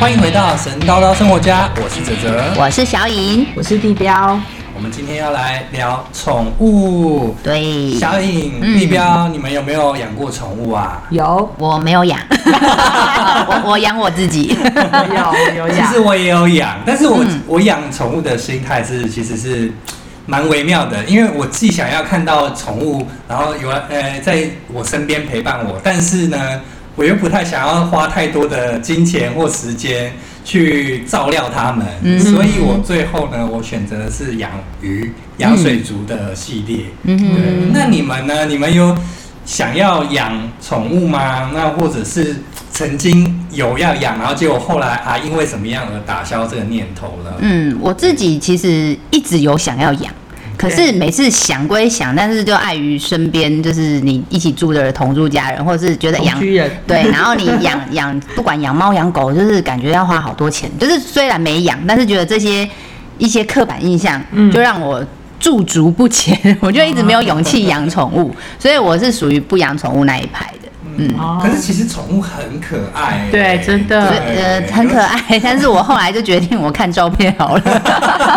欢迎回到神叨叨生活家，我是哲哲。我是小颖，我是地标，我们今天要来聊宠物。对，小颖、嗯地标，你们有没有养过宠物啊？有我没有养， 我我养我自 己。 有有其养实，我也有养，但是我、嗯我养宠物的心态是其实是蛮微妙的，因为我既想要看到宠物，然后有呃在我身边陪伴我，但是呢，我又不太想要花太多的金钱或时间去照料它们，嗯所以我最后呢，我选择的是养鱼、养水族的系列。嗯哼，对，那你们呢？你们有想要养宠物吗？那或者是曾经有要养，然后结果后来啊，因为什么样而打消这个念头了？嗯，我自己其实一直有想要养，可是对每次想归想，但是就碍于身边就是你一起住的同住家人，或者是觉得养同居人对，然后你养 养不管养猫养狗，就是感觉要花好多钱，就是虽然没养，但是觉得这些一些刻板印象，嗯就让我。驻足不前， 我就一直没有勇气养宠物，所以我是属于不养宠物那一派的。嗯，哦可是其实宠物很可爱、欸，对真的所以呃很可。 爱，但是我后来就决定我看照片好了。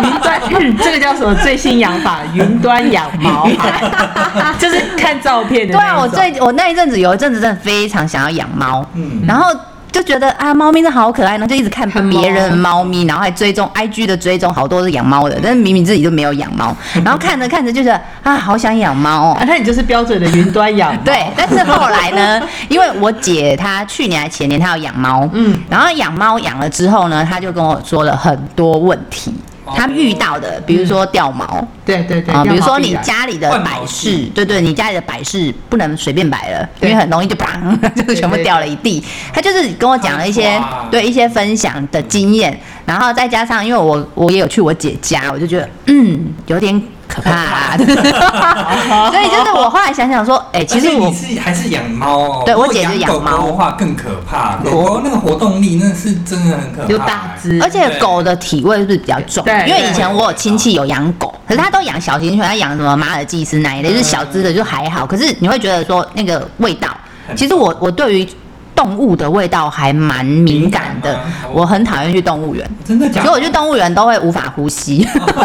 云端、嗯 这个叫什么最新养法？云端养毛法，就是看照片 的对啊，那我一种。最我那一阵子有一阵子真的非常想要养猫，嗯然后就觉得啊，猫咪真的好可爱，然后就一直看看猫别人的猫咪，然后还追踪 IG 的追踪好多是养猫的，但是明明自己就没有养猫，然后看着看着就觉得啊，好想养猫啊，哦。那你就是标准的云端养毛。对，但是后来 呢，因为我姐她去年还前年她有养猫，嗯然后养猫养了之后呢，她就跟我说了很多问题，她遇到的，比如说掉毛， 对对对，啊、比如要说毛必你然家里的换摆毛饰器，对对，你家里的摆饰不能随便摆了，因对为很容易就砰， 就是全部掉了一地。他就是跟我讲了一些很花对一些分享的经验，然后再加上因为我我也有去我姐家，我就觉得嗯有点可怕、啊 所以就是我后来想想说，哎、其其实实我你是还是养猫哦，对如果我姐是养养狗猫狗的话更可怕，狗狗那个活动力那是真的很可怕、欸就大只，而且对狗的体味是不是比较重？对因为对以前我有亲戚有养狗，可是他都养小型犬，他养什么马尔济斯那一类，就是小只的就还好。可是你会觉得说那个味道，嗯很其实我我对于动物的味道还蛮敏感敏的感吗，我很讨厌去动物园。真的假所的？以我去动物园都会无法呼吸，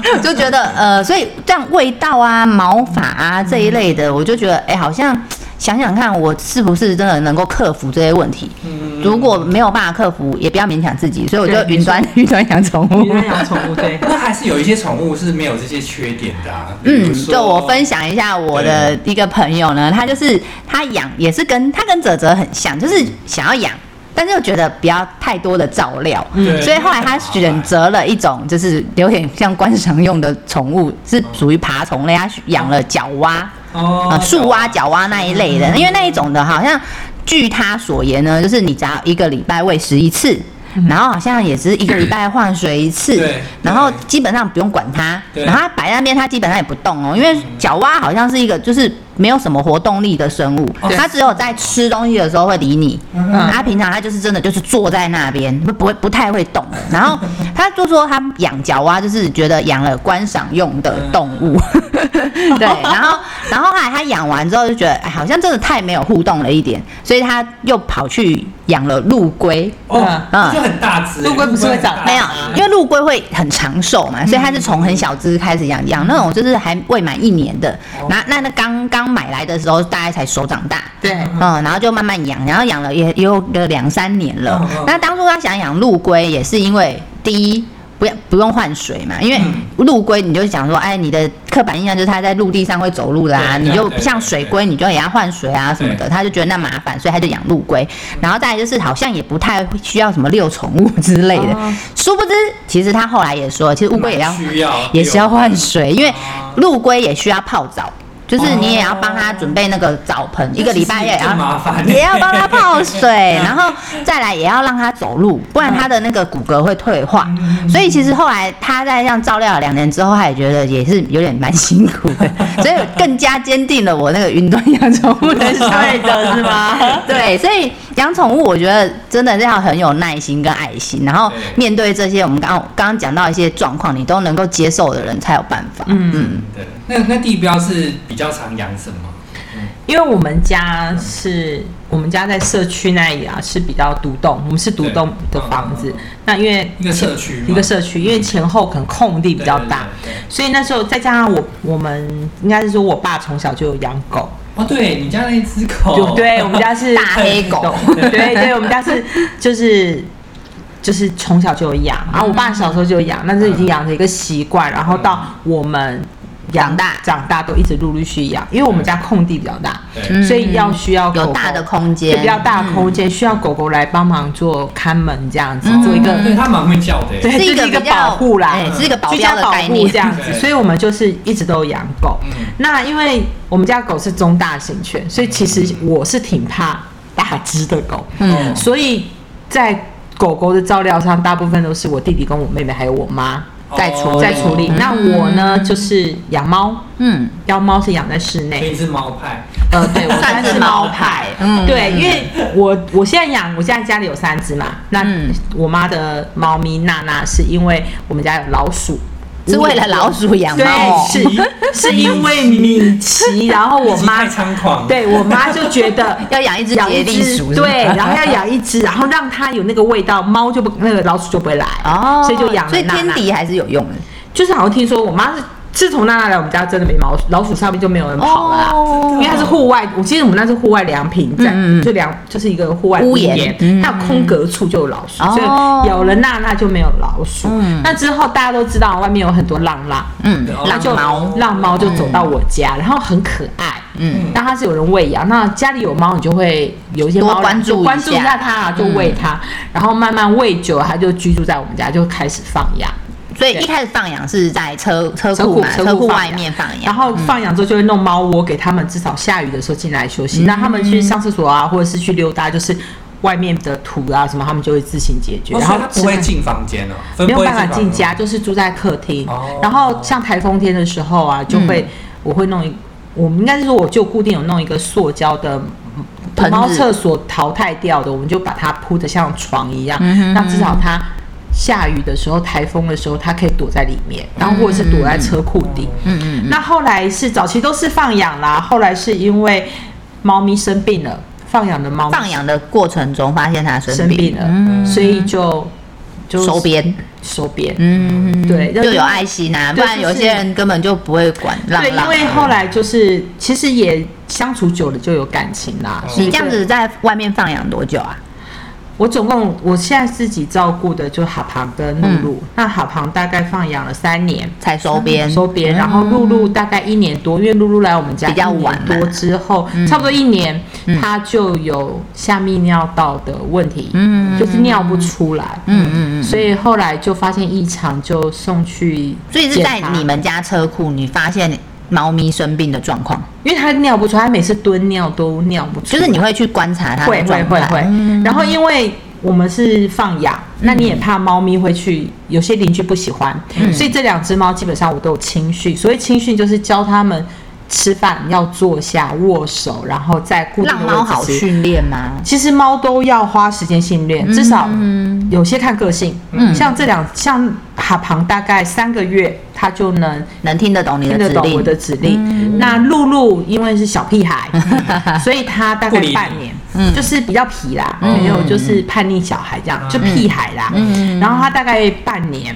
就就觉得呃，所以这样味道啊、毛发啊这一类的，我就觉得哎、好像想想看，我是不是真的能够克服这些问题？嗯如果没有办法克服，也不要勉强自己，所以我就对嗯云端 云端养宠 云 物。端养宠物 对。那还是有一些宠物是没有这些缺点的、啊，比如嗯，说就我分享一下我的一个朋友呢，他就是他养也是跟他跟哲哲很像，就是想要养，但是又觉得不要太多的照料，对嗯所以后来他选择了一种就是有点像观赏用的宠物，是属于爬虫类，他养了角蛙。哦嗯啊，树蛙、角蛙那一类的，因为那一种的，好像据他所言呢，就是你只要一个礼拜喂食一次，然后好像也只是一个礼拜换水一次嗯对，然后基本上不用管它，对嗯然后它摆在那边，它基本上也不动哦，因为角蛙好像是一个就是没有什么活动力的生物，对它只有在吃东西的时候会理你，嗯它平常它就是真的就是坐在那边，不不会不太会动，然后他就说他养角蛙就是觉得养了观赏用的动物。对， 然后然后后来他养完之后就觉得，哎，好像真的太没有互动了一点，所以他又跑去养了陆龟。哦，嗯就很大只欸。陆龟不是会长陆龟很大只没有，因为陆龟会很长寿嘛，所以他是从很小只开始养，养那种就是还未满一年的，那那那刚刚买来的时候大概才手掌大，对，嗯，然后就慢慢养，然后养了也也有个两三年了。嗯嗯那当初他想养陆龟，也是因为第一。不要不用换水嘛，因为嗯陆龟你就想说，哎，你的刻板印象就是它在陆地上会走路啦、对对你就对像水龟，你就也要换水啊什么对的，他就觉得那麻烦，所以他就养陆龟。然后再来就是好像也不太需要什么遛宠物之类的，哦殊不知其实他后来也说，其实乌龟也要需要也是要换水，因为哦陆龟也需要泡澡，就是你也要帮它准备那个澡盆，一个礼拜也哦那其实啊更麻 要烦也要帮它泡水，然后再来也要让它走路，不然它的那个骨骼会退化。嗯所以其实后来他在这样照料了两年之后，他也觉得也是有点蛮辛苦 的，所以 更加坚定了我那个云端养宠物的想对的是吗？对，所以养宠物，我觉得真的要很有耐心跟爱心，然后对面对这些我们刚刚刚刚讲到一些状况，你都能够接受的人才有办法。嗯，对，那那地标是比较常养什么？因为我们家是我们家在社区那里啊，是比较独栋，我们是独栋的房对嗯子嗯。那因为一个社区吗，一个社区，因为前后可能空地比较大，对。对对对所以那时候再加上我我们应该是说我爸从小就有养狗，哦，对你家那一只 狗，就对，我们家是 大黑狗， 对对，我们家是就是就是从小就有养，然后我爸小时候就有养，但是已经养成一个习惯，然后到我们长大长大都一直陆陆续续养，因为我们家空地比较大，对嗯所以要需要狗狗有大的空对间，比较 大的空间，需要狗狗来帮忙做看门这样子，嗯做一个哦对它蛮会叫的耶，对是一这个是一个比较保护啦哎嗯是一个保居镖家的保概护念这。样子，对所以我们就是一直都有养狗。嗯，那因为我们家狗是中大型犬，所以其实我是挺怕大只的狗，嗯哦所以在狗狗的照料上，大部分都是我弟弟跟我妹妹还有我妈在处理在处理。哦那我呢，就是养猫，嗯，养猫是养在室所内，以是猫派，呃，对我算是是猫猫派派，嗯对，嗯因为我我现在养，我现在家里有三只嘛，那嗯我妈的猫咪娜娜是因为我们家有老鼠，是为了老鼠养猫对哦，哎是是因为 米奇，然后我妈太猖狂，，对我妈就觉 得要养一只养杰一地只鼠，是吗对，然后要养一只，然后让它有那个味道，猫就不那个老鼠就不会来 哦，所以就养了所以娜天娜敌还是有用的。就是好像听说我妈是自从娜娜来我们家，真的没毛老鼠上面就没有人跑了啦。哦因为它是户外，我记得我们那是户外凉坪在，哦嗯嗯嗯就凉就是一个户外屋檐檐，嗯那空格处就有老鼠，哦所以有了娜娜就没有老鼠。嗯那之后大家都知道外面有很多浪浪，嗯，然后浪就猫，浪猫就走到我家，然后很可爱，嗯嗯，那它是有人喂养，那家里有猫，你就会有一些多猫关粮注就一关注下嗯一下它啊，就喂它，然后慢慢喂久了，它就居住在我们家，就开始放养，所以对一开始放养是在车车车库库嘛，车库车库放外养面放养，然后放养之后就会弄猫窝给它们，至少下雨的时候进来休息，嗯那它们去上厕所啊，或者是去溜达，就是外面的土啊什么，它们就会自行解决，然然后后哦它不吃会饭进房间哦，分没有不会办法房进家，哦，就是住在客厅。哦然后像台风天的时候啊，就会、嗯我会弄一，我们应该是说我就固定有弄一个塑胶的。盆子猫厕所淘汰掉的，我们就把它铺的像床一样，嗯哼那至少它下雨的时候、台风的时候，它可以躲在里面，然后或者是躲在车库底。嗯嗯嗯，那后来是早期都是放养啦，后来是因为猫咪生病了，放养的猫咪放养的过程中发现它生生病病了，所以就就嗯收编，收编，嗯，嗯嗯对就有那爱心啊，不对然就有是些人根本就不会管浪对，因浪。为后来就是其实也相处久了就有感情啦。哦所以你这样子在外面放养多久啊？我总共我现在自己照顾的就哈庞跟露嗯露，那哈庞大概放养了三年。才收编，收编，然后露露大概一年多，因为露露来我们家比较一年晚嘛多之后，嗯差不多一年嗯，她就有下泌尿道的问题，嗯就是尿不出来，嗯嗯嗯所以后来就发现异常，就送去，所以是在你，们家车库，你发现猫咪生病的状况，因为她尿不出来，她每次蹲尿都尿不出就来，是你会去观察它的会会状会态会。嗯然后因为我们是放养，那你也怕猫咪会去，有些邻居不喜欢，所以这两只猫基本上我都有青训。所谓青训就是教它们吃饭要坐下、握手，然后在固定让的猫位好置吃。训练吗？其实猫都要花时间训练，至少嗯有些看个性。嗯像这两像哈庞大概三个月，它就能能听得懂你的听得指懂我的令，指令。那露露因为是小屁孩，所以她大不概理你半年嗯，就是比较皮啦，嗯没有就是叛逆小孩这样，嗯就屁孩啦嗯嗯嗯。然后她大概半年。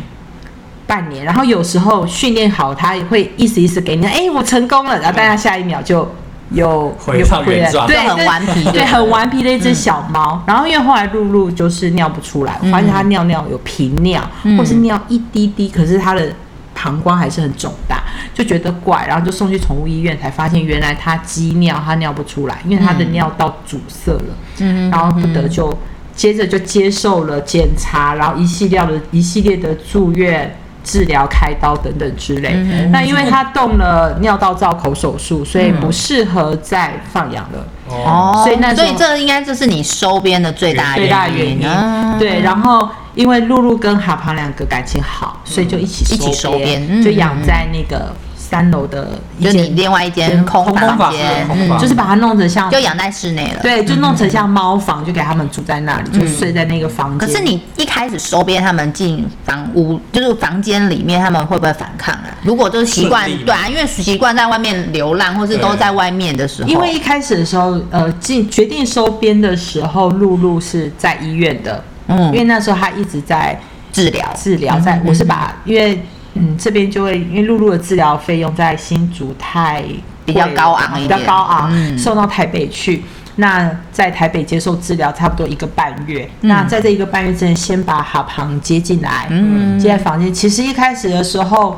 半年，然后有时候训练好，她也会一时一时给你，哎，我成功了，然后但她下一秒就又回又到回原来状对，就很对顽皮对，很顽皮的一只小猫。然后因为后来露露就是尿不出来，我发现它尿尿有频尿，嗯或是尿一滴滴，可是它的膀胱还是很肿大，就觉得怪，然后就送去宠物医院，才发现原来它积尿，它尿不出来，因为它的尿道阻塞了，嗯然后不得就接着就接受了检查，然后一系列的一系列的住院。治疗、开刀等等之类，嗯那因为它动了尿道造口手术，所以不适合再放养了。哦，哦，所以那时所候以这应该就是你收编的最大最大的原原因。嗯啊对，然后因为露露跟哈庞两个感情好，所以就一起嗯一起收编收嗯编，就养在那个三楼的一就你间，另外一间空空空房房间，空房嗯就是把它弄成像就养在室内了。对，就弄成像猫房，就给他们住在那里，就睡在那个房嗯可间。是你一开始收编他们进房屋，就是房间里面，他们会不会反抗啊？如果就是习惯顺利吗对啊，因为习惯在外面流浪，或是都对在外面的时候，因为一开始的时候，呃，进决定收编的时候，露露是在医院的，因嗯为那时候她一直在治疗治疗，嗯在我是把因为嗯这边就会因为露露的治疗费用在新竹太比较贵了高昂一比点较高昂，嗯送到台北去。那在台北接受治疗差不多一个半月，嗯那在这一个半月之前，先把哈庞接进来，嗯，接在房间。其实一开始的时候，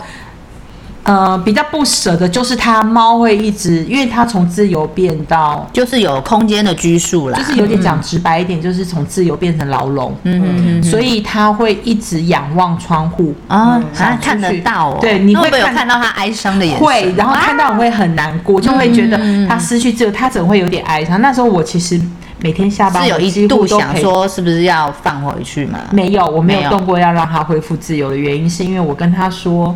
呃，比较不舍的就是它猫会一直，因为它从自由变到，就是有空间的拘束啦，就是有点讲直白一点，就是从自由变成牢笼，嗯所以它会一直仰望窗户，啊啊嗯想出看得去到哦，对你那会会不会有看看到他哀伤的眼神？嗯会，然后看到我会很难过，就会觉得他失去自由，他总会有点哀伤。那时候我其实每天下班是有我一几乎度都想陪说是不是要放回去嘛？没有，我没没有有动过要让他恢复自由的原因，是因为我跟他说，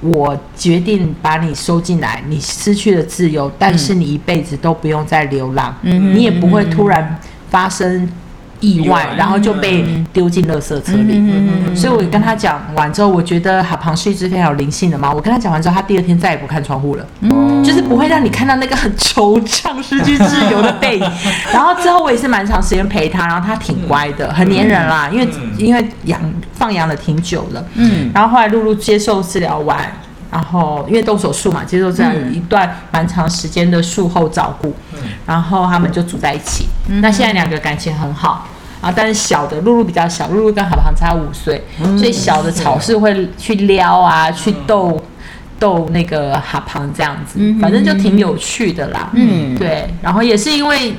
我决定把你收进来，你失去了自由，但是你一辈子都不用再流浪，嗯你也不会突然发生意意外，嗯外然后就被丢进垃圾车里。所以我跟他讲完之后，我觉得好庞是一只非常有灵性的猫。我跟他讲完之后，他第二天再也不看窗户了。就是不会让你看到那个很惆怅、失去自由的背影。然后之后我也是蛮长时间陪他，然后他挺乖的，很黏人啦，因为嗯因为养放养了挺久了。嗯，然后后来露露接受治疗完，然后因为动手术嘛，接受治疗嗯一段蛮长时间的术后照顾，然后他们就住在一起。嗯那现在两个感情很好。啊，但是小的露露比较小，露露跟好像差五岁，嗯所以小的草是会去撩啊，去逗逗那个哈庞这样子，反正就挺有趣的啦。嗯对，然后也是因为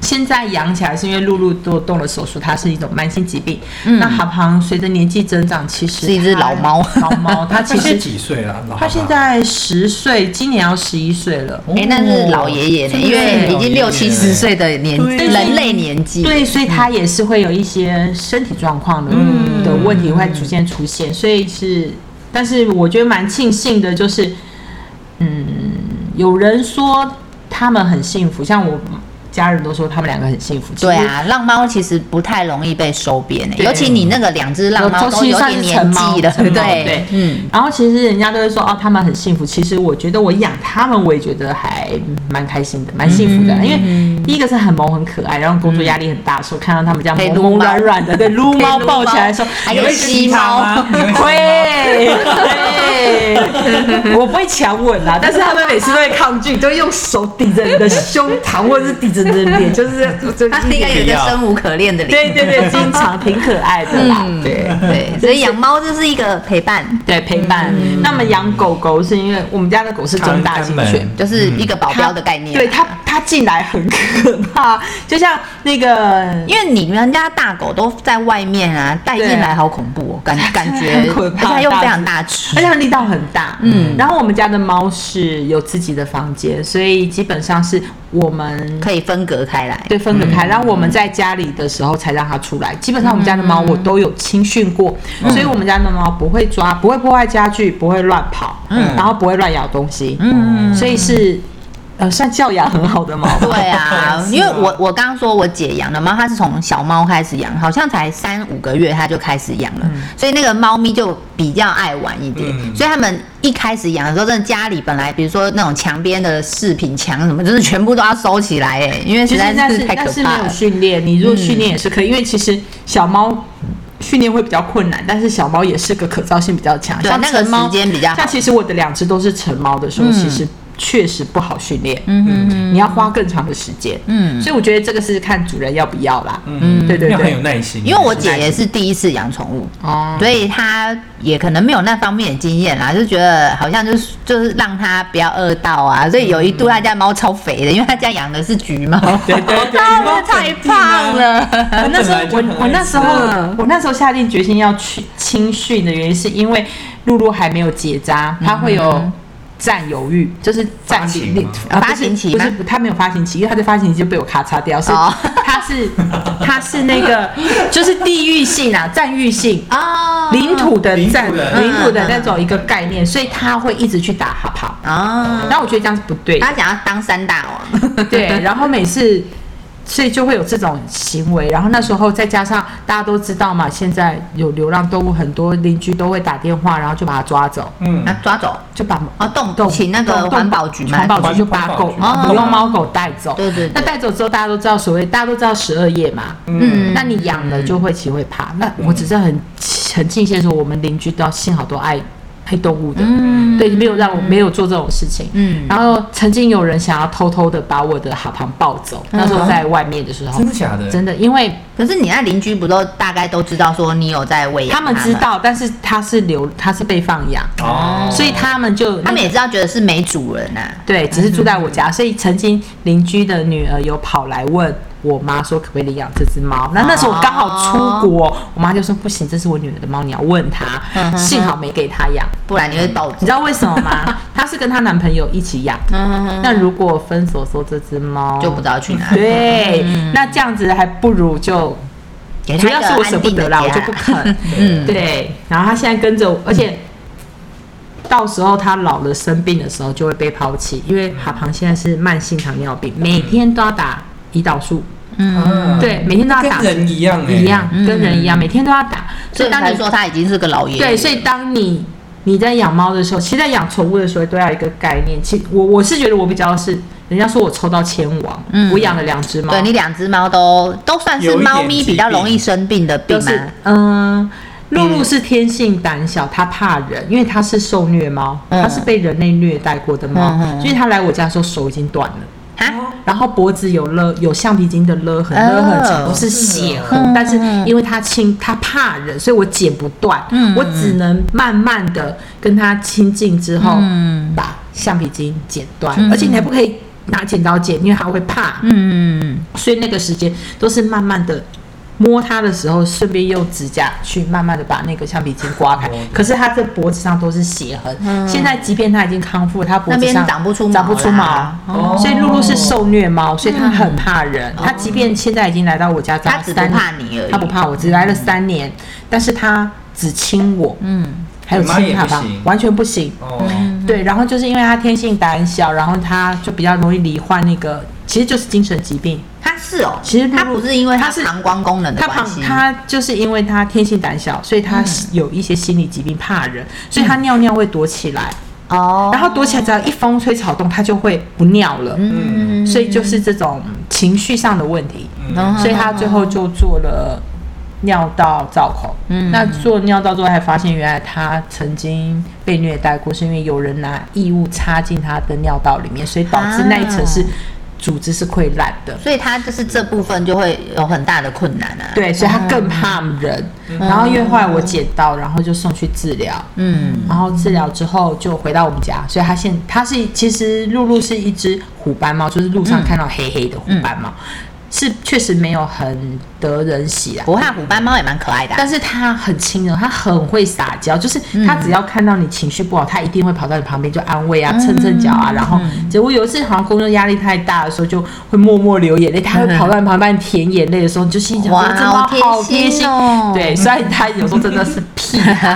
现在养起来是因为露露都动了手术，它是一种慢性疾病。那哈庞随着年纪增长，其实嗯是一只它老猫 老猫它其其实 实几岁了？老它现在十岁，今年要十一岁了。哦哎、那是老爷爷呢，真的因为已老爷经爷六七十岁的年对人类年纪，对，所以它也是会有一些身体状况的、嗯的问题会逐渐出现，所以是，但是我觉得蛮庆幸的，就是，嗯，有人说他们很幸福，像我家人都说他们两个很幸福，其实对啊，浪猫其实不太容易被收编诶、对尤其你那个两只浪猫有都其实有算是点成年猫纪了，成猫对对，嗯，然后其实人家都会说哦，他们很幸福。其实我觉得我养他们，我也觉得还蛮开心的，蛮幸福嗯的。因为第一个是很萌很可爱，然后工作压力很大的时候，看到他们这可以样撸萌萌猫软软的，对，撸猫可以撸抱起来的时候，还你有会吸吸它猫， 吗？你会吸猫会，我不会强吻啦，但是他们每次都会抗拒，都会用手抵着你的胸膛或者是抵着你的 脸，就是就它应该有一个生无可恋的脸，对对对，经常挺可爱的啦，对。对，所以养猫就是一个陪伴，对陪伴。嗯那么养狗狗是因为我们家的狗是中大型看看犬门，就是一个保镖的概念，对它，它进来很可怕，就像那个。因为你们家大狗都在外面啊，带进对来好恐怖哦，感感觉， 很可而且怕它又非常大只而，且它力道很大，嗯，然后我们家的猫是有自己的房间，所以基本上是我们可以分隔开来，对分隔开，然后我们在家里的时候才让它出来。基本上我们家的猫我都有青训过，所以我们家的猫不会抓，不会破坏家具，不会乱跑，嗯，然后不会乱咬东西，嗯，所以是呃算教养很好的猫吧，对啊，因为 我我刚刚说我姐养的猫，它是从小猫开始养，好像才三五个月它就开始养了，嗯所以那个猫咪就比较爱玩一点。嗯所以他们一开始养的时候，真的家里本来比如说那种墙边的饰品墙什么，就是全部都要收起来哎，因为其实实在那是是太那可是怕没有了。嗯训练，你如果训练也是可以，因为其实小猫训练会比较困难，但是小猫也是个可造性比较强，对像那个成猫时间比较好嗯像其实我的两只都是成猫的时候，其实确实不好训练，嗯嗯，你要花更长的时间，嗯，所以我觉得这个是看主人要不要啦，嗯，对对要很有对，耐心，因为我姐也是第一次养宠物，哦，所以她也可能没有那方面的经验啦，就觉得好像就是就是让它不要饿到啊，所以有一度她家猫超肥的，因为她家养的是橘猫，对对 真对，的太啊胖了。 我呃那时候本来就很我我那时候嗯我那时候下定嗯决心要去青训的原因，是因为露露还没有结扎，它会有占有欲，就是占发情吗啊不是发情期不吗是他没有发情期，因为他的发情期就被我咔嚓掉，是哦 他是他是那个就是地域性啊，占域性。哦领土的领土占的领土的嗯那种一个概念，所以他会一直去打哈炮。哦，但我觉得这样是不对的，他想要当三大王， 对，然后每次，所以就会有这种行为。然后那时候再加上大家都知道嘛，现在有流浪动物，很多邻居都会打电话，然后就把它抓走，嗯啊，抓走就把哦，动动请那个动环保局嘛，环保局就把环狗啊环保局不用猫狗带走。对对对那带走之后，大家都知道所谓大家都知道十二夜嘛，嗯那你养了就会骑会爬。那我只是很很庆幸说，我们邻居都幸好都爱爱动物的，嗯对，没有让我没有做这种事情。嗯然后曾经有人想要偷偷的把我的哈旁抱走，嗯那时候在外面的时候真，的假的？真的，因为可是你那邻居不都大概都知道说你有在喂养他们知，道，但是他是流，他是被放养，哦，所以他们就他们也知道觉得是没主人啊呐，对，只是住在我家，所以曾经邻居的女儿有跑来问我妈说可不可以领养这只猫。那那时候我刚好出国，我妈就说不行，这是我女儿的猫，你要问哦嗯哼她。哼幸好没给她养，不然你会暴走你知。道为什么吗？她是跟她男朋友一起养。嗯，那如果分手说这只猫就不嗯知道去哪，对，那这样子还不如就给主他要一个是我舍安不定的得家啦，我就不肯。 嗯对，然后他现在跟着我，而且到时候他老了生病的时候就会被抛弃，因为哈庞现在是慢性糖尿病，每天都要打胰岛素，嗯对，每天都要跟打，人一样欸一样，跟人一样，每天都要打。所以当才你说他已经是个老爷爷。对，所以当你你在养猫的时候，其实在养宠物的时候都要有一个概念。其实我我是觉得我比较是，人家说我抽到千王，嗯我养了两只猫对，你两只猫都都算是有一点猫咪比较容易生病的病就吗？是嗯。露露是天性胆小，它怕人，因为它是受虐猫，嗯它是被人类虐待过的猫，嗯嗯嗯所以它来我家的时候手已经断了，啊，然后脖子有勒有橡皮筋的勒痕，哦勒痕长不是血痕，嗯但是因为它亲它怕人，所以我剪不断，嗯嗯我只能慢慢的跟它亲近之后，嗯把橡皮筋剪断，嗯而且你还不可以拿剪刀剪，因为它会怕，嗯，所以那个时间都是慢慢的摸它的时候，顺便用指甲去慢慢的把那个橡皮筋刮开哦。可是它这脖子上都是血痕，嗯现在即便它已经康复，它脖那子边上长嗯不出毛啦长不出毛。哦所以露露是受虐猫，所以它很怕人。它即便现在已经来到我家，哦它只不三年怕嗯你而已它不怕我，只来了三年，但是它只亲我，嗯还有哎你妈也亲它不吧行，完全不行。哦，对，然后就是因为它天性胆小，然后它就比较容易罹患那个，其实就是精神疾病。它是哦，其实露露它不是因为它它是膀胱功能的他关旁系，嗯他就是因为他天性胆小，所以他有一些心理疾病，怕人，所以他尿尿会躲起来，哦，然后躲起来只要一风吹草动，他就会不尿了，嗯，所以就是这种情绪上的问题，嗯，所以他最后就做了尿道造口。嗯那做尿道之后还发现，原来他曾经被虐待过，是因为有人拿异物插进他的尿道里面，所以导致那一层是啊组织是溃烂的。所以它就是这部分就会有很大的困难啊。，对，所以他更怕人。然后因为后来我捡到，然后就送去治疗，嗯，然后治疗之后就回到我们家，所以他现他是其实露露是一只虎斑猫，就是路上看到黑黑的虎斑猫，是确实没有很得人喜啊。不怕虎斑猫也蛮可爱的啊、 但是它很亲人，它很会撒娇，就是嗯它只要看到你情绪不好，它一定会跑到你旁边就安慰嗯啊、蹭蹭脚啊。然后结果有一次好像工作压力太大的时候，就会默默流眼泪，它会跑到你旁边舔眼泪的时候，你就心里想哇说这猫好贴好贴心心哦对，虽然它有时候真的是 屁孩，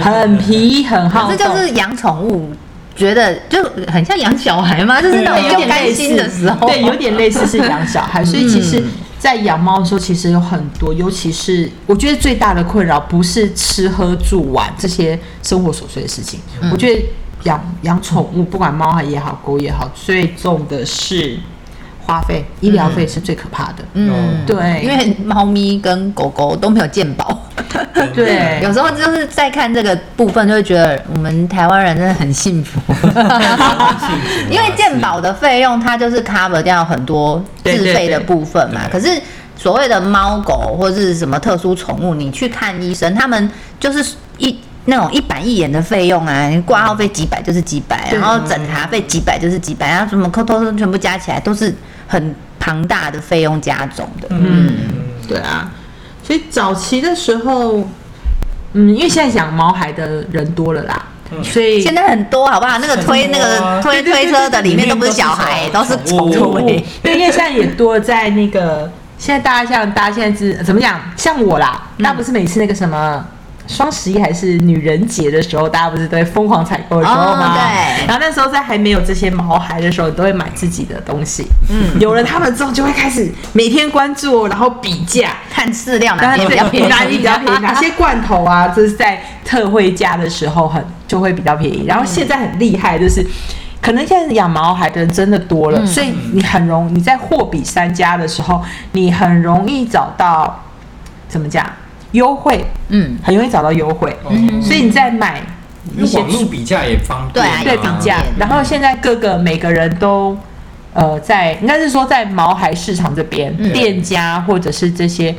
很皮很好这动，就是养宠物，觉得就很像养小孩嘛，就是那种对，有又点开类心似的时候，嗯对，有点类似是养小孩，所以其实。在养猫的时候，其实有很多，尤其是我觉得最大的困扰不是吃喝住玩这些生活琐碎的事情。嗯我觉得养养宠物，不管猫也好，狗也好，最重的是花费，医疗费是最可怕的。 嗯，对因为猫咪跟狗狗都没有健保，对，有时候就是在看这个部分，就会觉得我们台湾人真的很幸 福，因为健保的费用它就是 cover 掉很多对自对费的对部分嘛，对可是。所谓的猫狗或是什么特殊宠物，你去看医生，他们就是一那种一板一眼的费用啊，你挂号费几百就是几百，对然后诊查费几百就是几百，然后什么扣扣扣全部加起来都是很庞大的费用加总的。嗯，对啊，所以早期的时候，嗯，因为现在养毛孩的人多了啦，所以现在很多好不好？那个推那个推对对对推车的里面都不是小孩，都都是是宠宠物物欸。对，因为现在也多在那个，现在大家像大家现在是怎么讲？像我啦，嗯大家不是每次那个什么。双十一还是女人节的时候，大家不是都会疯狂采购的时候哦吗？对然后那时候在还没有这些毛孩的时候，你都会买自己的东西。嗯。有了他们之后，就会开始每天关注，然后比价。看饲料哪 当然边比较便宜，哪里比 较便宜，哪些罐头啊，这是在特惠价的时候很就会比较便宜。嗯然后现在很厉害，就是可能现在养毛孩的人真的多嗯了，所以你很容你在货比三家的时候，你很容易找到怎么讲优惠，嗯，很容易找到优惠，嗯所以你在买因一为些网络比价也方便、对啊对也比方价便，然后现在各个每个人都。呃，在应该是说在毛孩市场这边，嗯店家或者是这些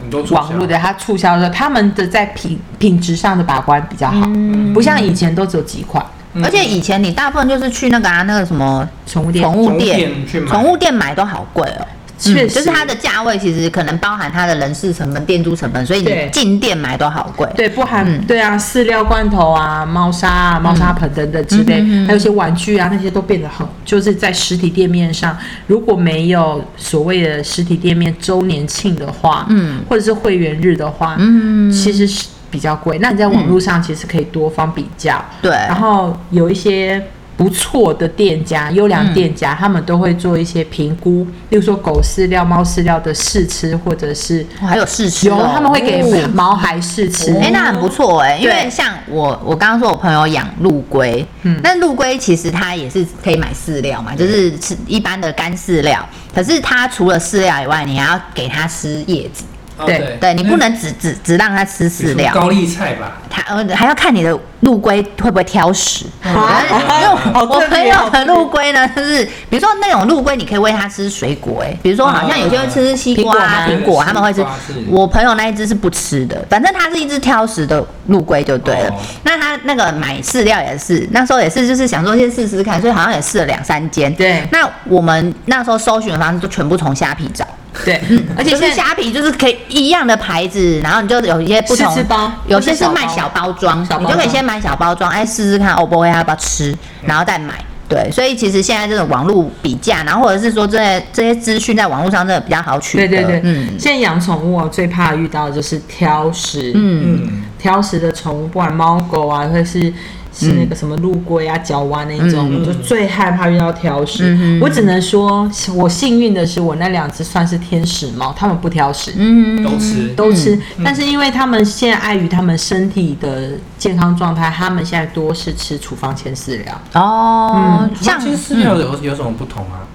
很多促销网络的它促销的时候，他们的在品品质上的把关比较好，嗯不像以前都只有几款而且以前你大部分就是去那个啊那个什么宠物店。宠宠物物店去买宠物店买都好贵哦。确嗯实就是它的价位其实可能包含它的人事成本、店租成本，所以对你进店买都好贵。对，不含、嗯对啊，饲料罐头啊、猫砂啊、猫砂盆等等之类，嗯嗯嗯嗯还有一些玩具啊，那些都变得很，就是在实体店面上，如果没有所谓的实体店面周年庆的话，嗯，或者是会员日的话，嗯，其实是比较贵。那你在网络上其实可以多方比较，对然后有一些不错的店家、优良嗯店家，他们都会做一些评估，例如说狗饲料、猫饲料的试吃，或者是哦还有试吃有哦，他们会给哦毛孩试吃。哎、那很不错哎、因为对像我，我刚刚说我朋友养陆龟，嗯嗯，那陆龟其实它也是可以买饲料嘛，就是吃一般的干饲料，可是它除了饲料以外，你还要给它吃叶子，哦对嗯对对你不能只只只让它吃比如饲说料，高丽菜吧，它呃还要看你的陆龟会不会挑食。嗯啊因为好我特别朋好友特的别陆龟呢，就是比如说那种陆龟，你可以喂它吃水果、哎，比如说好像有些会吃西瓜、哦啊、嗯嗯嗯苹果，他们会西吃瓜是。我朋友那一只是不吃的，反正它是一只挑食的陆龟就对了哦。那它那个买饲料也是，那时候也是就是想说先试试看，所以好像也试了两三间。对那我们那时候搜寻的方式就全部从虾皮找。对，而且就现哎是在虾皮就是可以一样的牌子，然后你就有一些不同，试吃包有些是卖或是小小包包装小包，你就可以先买小包装，哎，试试看 O 不 O 要不要吃，嗯然后再买。对，所以其实现在这种网络比价，然后或者是说这些这些资讯在网络上真的比较好取对得。对对，嗯现在养宠物哦，最怕遇到的就是挑食，嗯，嗯，挑食的宠物，不管猫狗啊，或者是是那个什么陆龟啊、角蛙那种，嗯我就最害怕遇到挑食。我只能说，我幸运的是，我那两只算是天使猫，它们不挑食。嗯都吃，都嗯吃，但是因为他们现在碍于他们身体的健康状态，他们现在多是吃处方前饲料。哦，嗯像像其实饲料有有什么不同啊？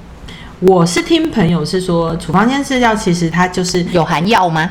我是听朋友是说，处方前饲料其实它就是有含药吗？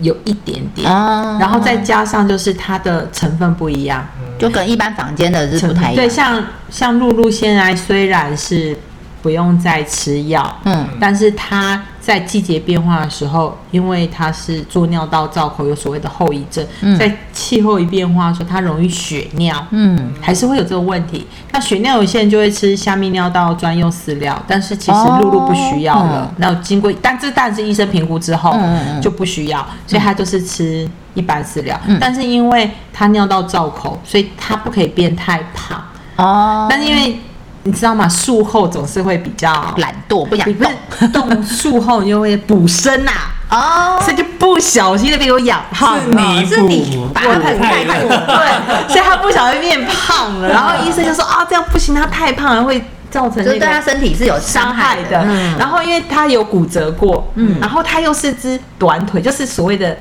有一点点，哦，然后再加上就是它的成分不一样，就嗯跟一般房间的是不太一样。对，像像露露现在虽然是不用再吃药，嗯但是它在季节变化的时候，因为它是做尿道造口，有所谓的后遗症，嗯在气候一变化的时候，它容易血尿，嗯，还是会有这个问题。那血尿有些人就会吃虾泌尿道专用饲料，但是其实哦露露不需要了嗯。那、经过，但这当然是医生评估之后、嗯嗯嗯就不需要，所以他就是吃一般饲料。嗯但是因为他尿道造口，所以他不可以变太胖。哦，但是因为你知道吗，术后总是会比较哦懒惰不想你不动是动术后你就会补身呐、哦，所以就不小心的被我养胖了。呃是你把它我太太太太对，所以他不小心变胖了，然后医生就说啊，这样不行，他太胖了会造成就是那对他个身体是有伤伤害害的的。。嗯然后因为他有骨折过，嗯，然后他又是只短腿，就是所谓的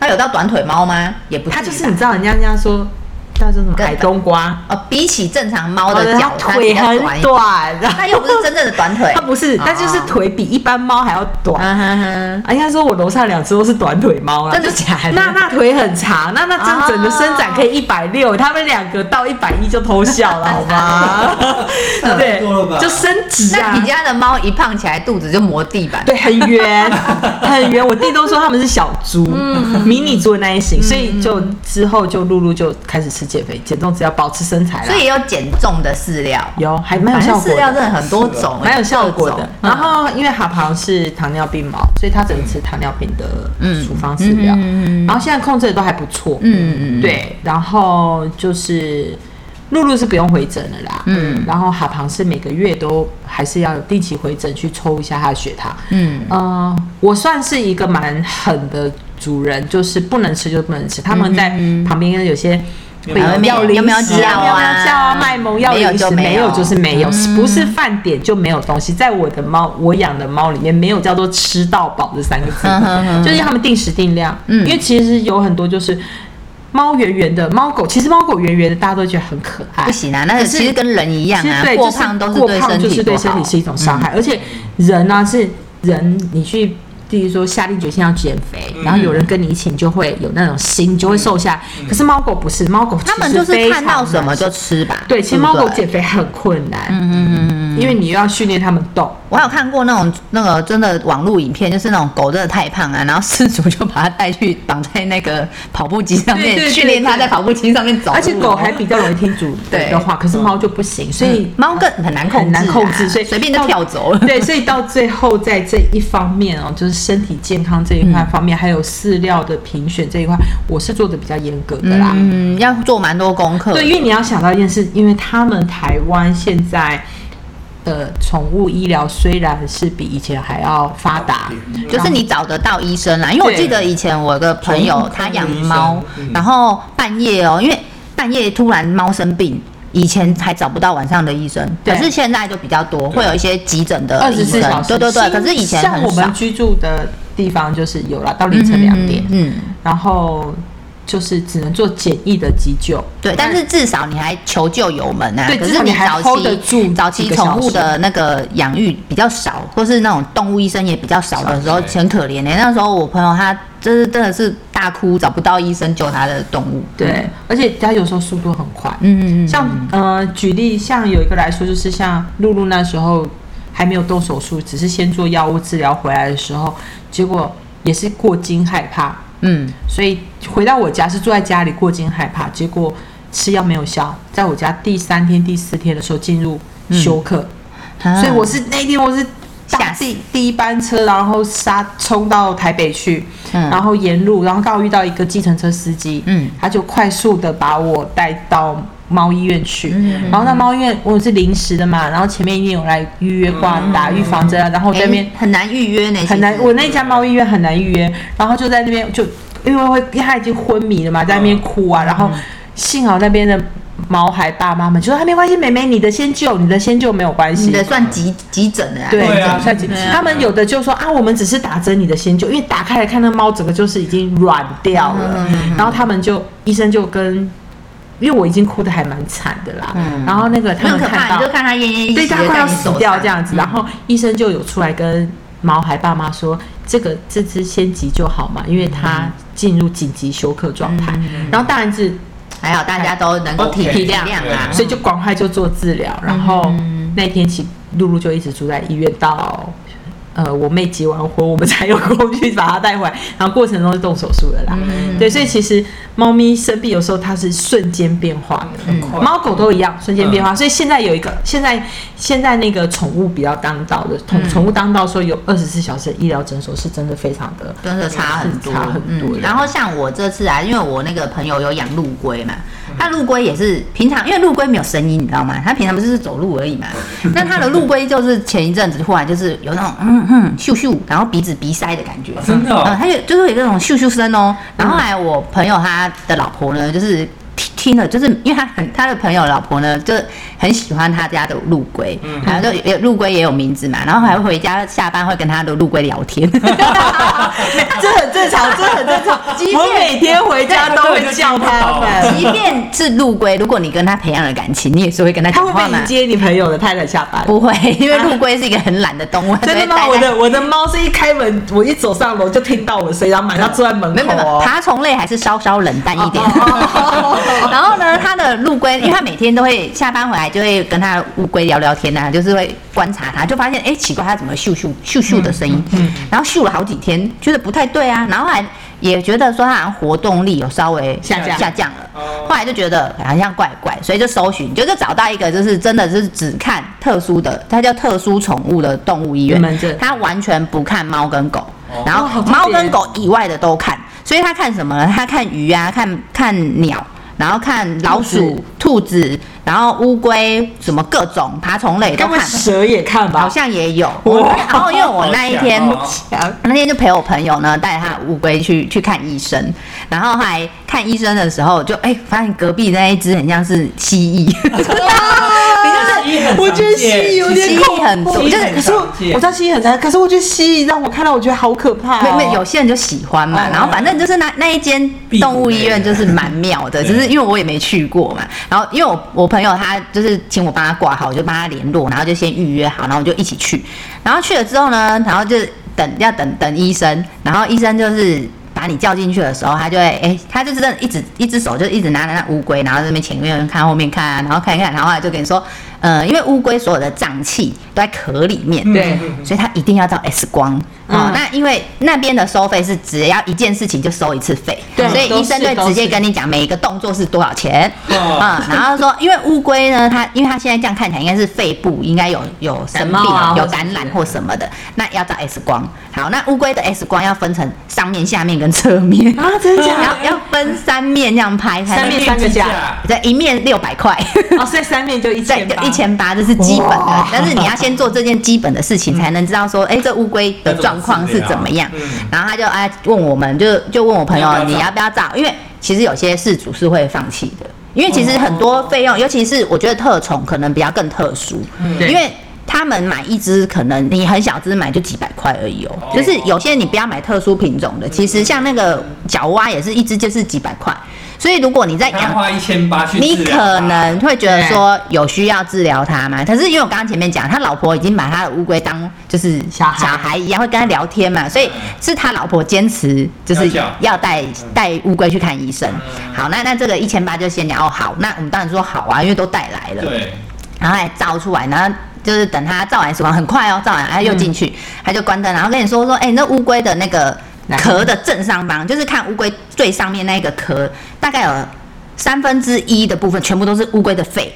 它有到短腿猫吗？也不至于吧，他就是你知道人家人家说叫做什么跟矮冬瓜，哦，比起正常猫哦的对它脚，它比腿较很一点，短，然后它又不是真正的短腿，它不是，哦它就是腿比一般猫还要短。啊哈哈，啊，应该说我楼上两只都是短腿猫啦，真的假的啊那那腿很长，那那这整个伸展可以一百六，他们两个到一百一就偷 笑了，好吗？差对不多了吧，就伸直那啊你。家的猫一胖起来，肚子就磨地板。对，很 圆，很圆。我弟嗯都说他们是小猪，迷你猪的那一型，所以就之后就露露就开始吃吃减肥，减重只要保持身材啦。所以也有减重的饲料，有还蛮有反效正果饲的，料真的很多种，蛮有效果各的嗯种。然后因为哈庞是糖尿病嘛，所以他只能吃糖尿病的嗯处方饲料。嗯嗯嗯嗯然后现在控制的都还不错，嗯嗯嗯对。然后就是露露是不用回诊了啦，嗯然后哈庞是每个月都还是要有定期回诊去抽一下他的血糖。嗯呃，我算是一个蛮狠的主人，就是不能吃就不能吃。他们在旁边有些还会有会要喵零喵食叫啊、啊喵喵叫啊、卖萌要没有零就食，没没有嗯有就是没有，不是饭点就没有东西。在我的猫，我养的猫里面没有叫做吃到饱这三个字嗯哼哼，就是他们定时定量。嗯因为其实有很多就是猫圆圆的，猫狗其实猫狗圆圆的，大家都觉得很可爱不。行啊，那个可是其实跟人一样其实啊，对，过就是胖都是过对胖身就是体对不身好嗯体。是一种伤害，而且人呢、是人，你去。例如说下定决心要减肥，嗯然后有人跟你一起，你就会有那种心，你就会瘦下来。可是猫狗不是，猫狗嗯他们其就实是非看到常什么难就吃吧。对，其实不猫狗减肥很困难，嗯嗯嗯，因为你又要训练它们动，我还有看过那种那个真的网络影片，就是那种狗真的太胖啊，然后事主就把它带去绑在那个跑步机上对对面，对训练它在跑步机上面走路。而且狗还比较容易听主对嗯人的话，可是猫就不行，所以猫更很难控制啊很难控制，所以随便就到跳走了 对，所以到最后在这一方面哦，就是身体健康这一块方面，还有饲料的评选这一块，我是做的比较严格的啦。嗯，要做蛮多功课。对，因为你要想到一件事，因为他们台湾现在的宠物医疗虽然是比以前还要发达，就是你找得到医生啦，啊因为我对记得以前我有个朋友宠物科他养的医生猫嗯，然后半夜哦、因为半夜突然猫生病，以前还找不到晚上的医生，可对是现在就比较多，会有一些急诊的二医十生四小，时。对对对，可是以前像很我少们。居住的地方就是有啦，到凌晨两点，嗯，嗯然后就是只能做简易的急救。对，但是至少你还求救有门啊。对可至是少你你还早 hold 得期住早几期个宠小物时的那个养育比较少，或是那种动物医生也比较少的时候，少很可怜的、欸那时候我朋友他就是真的是大哭，找不到医生救他的动物。对，而且它有时候速度很快。嗯嗯，嗯嗯，像呃，举例像有一个来说，就是像露露那时候还没有动手术，只是先做药物治疗回来的时候，结果也是过惊害怕，嗯，所以回到我家是住在家里过惊害怕，结果吃药没有效，在我家第三天、第四天的时候进入嗯休克。啊嗯所以我是那一天我是吓搭死第第一班车，然后杀冲到台北去，嗯然后沿路，然后刚好遇到一个计程车司机，嗯他就快速的把我带到猫医院去，嗯然后那猫医院我是临时的嘛，然后前面一定有来预约挂打预防针啊，然后我诶在那边哎很难预约呢，很难其，实我那家猫医院很难预约，然后就在那边就因为会因为他已经昏迷了嘛，在那边哭嗯啊，然后幸好那边的。毛孩爸妈们就说：“啊，没关系，妹妹，你的先救，你的先救没有关系。”你的算急急诊的啊。对对啊算紧对啊他们有的就说啊，我们只是打针你的先救，因为打开来看那猫整个就是已经软掉嗯了，然后他们就医生就跟，因为我已经哭得还蛮惨的啦，嗯然后那个没他有们可怕，看到你就，看他奄奄一息对，地在他你手上，快要死掉这样子，然后医生就有出来跟毛孩爸妈说，这个这只先急救好嘛，因为嗯它进入紧急休克状态，然后当然是还好大家都能够体 OK，体谅啊。对所以就赶快就做治疗，然后嗯那天起，露露就一直住在医院到。呃，我妹结完婚，我们 才有空去把她带回来，然后过程中是动手术的啦。嗯对，所以其实猫咪生病有时候它是瞬间变化的，很嗯快猫狗都一样，瞬间变化。所以现在有一个，现在现在那个宠物比较当道的，嗯宠宠物当道说有二十四小时的医疗诊所是真的非常的， 真的差很多，是差很多嗯。然后像我这次啊，因为我那个朋友有养陆龟嘛，它陆龟也是平常，因为陆龟没有声音，你知道吗？它平常不是走路而 已嘛。那它的陆龟就是前一阵子忽然就是有那种嗯嗯咻咻，然后鼻子鼻塞的感觉，真的哦嗯，它就就是有那种咻咻声哦。然后后来我朋友他的老婆呢，就是。听听了，就是因为他很他的朋友老婆呢，就很喜欢他家的陆龟，嗯然后就也陆龟也有名字嘛，然后还会回家下班会跟他的陆龟聊天，这很正常，这很正常。即便我每天回家都会叫它们， 即便是陆龟，如果你跟他培养了感情，你也是会跟他它讲会不话会嘛迎？接你朋友的太太下班？不会，因为陆龟是一个很懒的动物，它 真的只吗？会我待在的我的猫是一开门，我一走上楼就听到我的声音，然后马上坐在门没有没口有没有，哦。爬虫类还是稍稍冷淡一点。 然后呢，它的陆龟，因为它每天都会下班回来就会跟它的乌龟聊聊天啊，就是会观察它，就发现哎、嗯诶奇怪，它怎么咻咻咻咻的声音，然后咻了好几天，觉得不太对啊，然后还。也觉得说它好像活动力有稍微下降下降了。哦后来就觉得好像怪怪，所以就搜寻，就就找到一个就是真的是只看特殊的，它叫特殊宠物的动物医你院们这，它完全不看猫跟狗哦，然哇后好特别猫跟狗以外的都看，所以它看什么呢？它看鱼啊，看看鸟。然后看老兔鼠、兔子，然后乌龟，什么各种爬虫类该都不会看，蛇也看吧？好像也有。我哇然后因为我那一天好强哦那天就陪我朋友呢，带他的乌龟去去看医生，然后还看医生的时候就，哎发现隔壁那一只很像是蜥蜴，你就是我觉得蜥蜴有点蜥蜴恐怖，很多蜥蜴很就是可是我常见我知道蜥蜴很常见，可是我觉得蜥蜴让我看到我觉得好可怕、没哦。没有些人就喜欢嘛，哦然后反正就是那那一间动物医院就是蛮妙的，对就是因为我也没去过嘛，然后因为我我朋友他就是请我帮他挂号，我就帮他联络，然后就先预约好，然后我就一起去，然后去了之后呢，然后就等要等等医生，然后医生就是。把你叫进去的时候，他就会哎、他就真的一直一只手就一直拿着那乌龟，然后在那边前面看后面看啊，然后看一看，然后后来就跟你说，呃，因为乌龟所有的脏器都在壳里面，对所以他一定要照 X 光。哦嗯，那因为那边的收费是只要一件事情就收一次费，对所以医生都是哦就直接跟你讲每一个动作是多少钱。嗯，然后说因为乌龟呢，它因为它现在这样看起来应该是肺部应该有有生感病、冒啊有或者是感染或什么的，那要照 X 光。好，那乌龟的 X 光要分成上面、下面跟侧面，啊，真的假然的？后 要分三面这样拍才能三面去。三个架架，对，一面六百块。哦，所以三面就一对，千就八，一千八，这是基本的哇。但是你要先做这件基本的事情，才能知道说，哎、这乌龟的状况是怎要怎么么样治疗嗯。然后他就哎问我们，就就问我朋友，你你要要不要照？因为其实有些事主是会放弃的，因为其实很多费用，尤其是我觉得特宠可能比较更特殊，对因为。他们买一只，可能你很小只买就几百块而已哦、哦就是有些你不要买特殊品种的，其实像那个角蛙也是一只就是几百块，所以如果你在他养花一千八去你治疗可它能会觉得说有需要治疗它吗？可是因为我刚刚前面讲，他老婆已经把他的乌龟当就是小孩一样，会跟他聊天嘛，所以是他老婆坚持就是嗯要嗯要带带乌龟去看医生。好，那那这个一千八就先讲哦，好，那我们当然说好啊，因为都带来了，对，然后还照出来，然后。就是等他照完 X 光，很快哦，照完他又进去，他就关灯，然后跟你说说，哎、那乌龟的那个哪个壳的正上方，就是看乌龟最上面那个壳，大概有三分之一的部分全部都是乌龟的肺，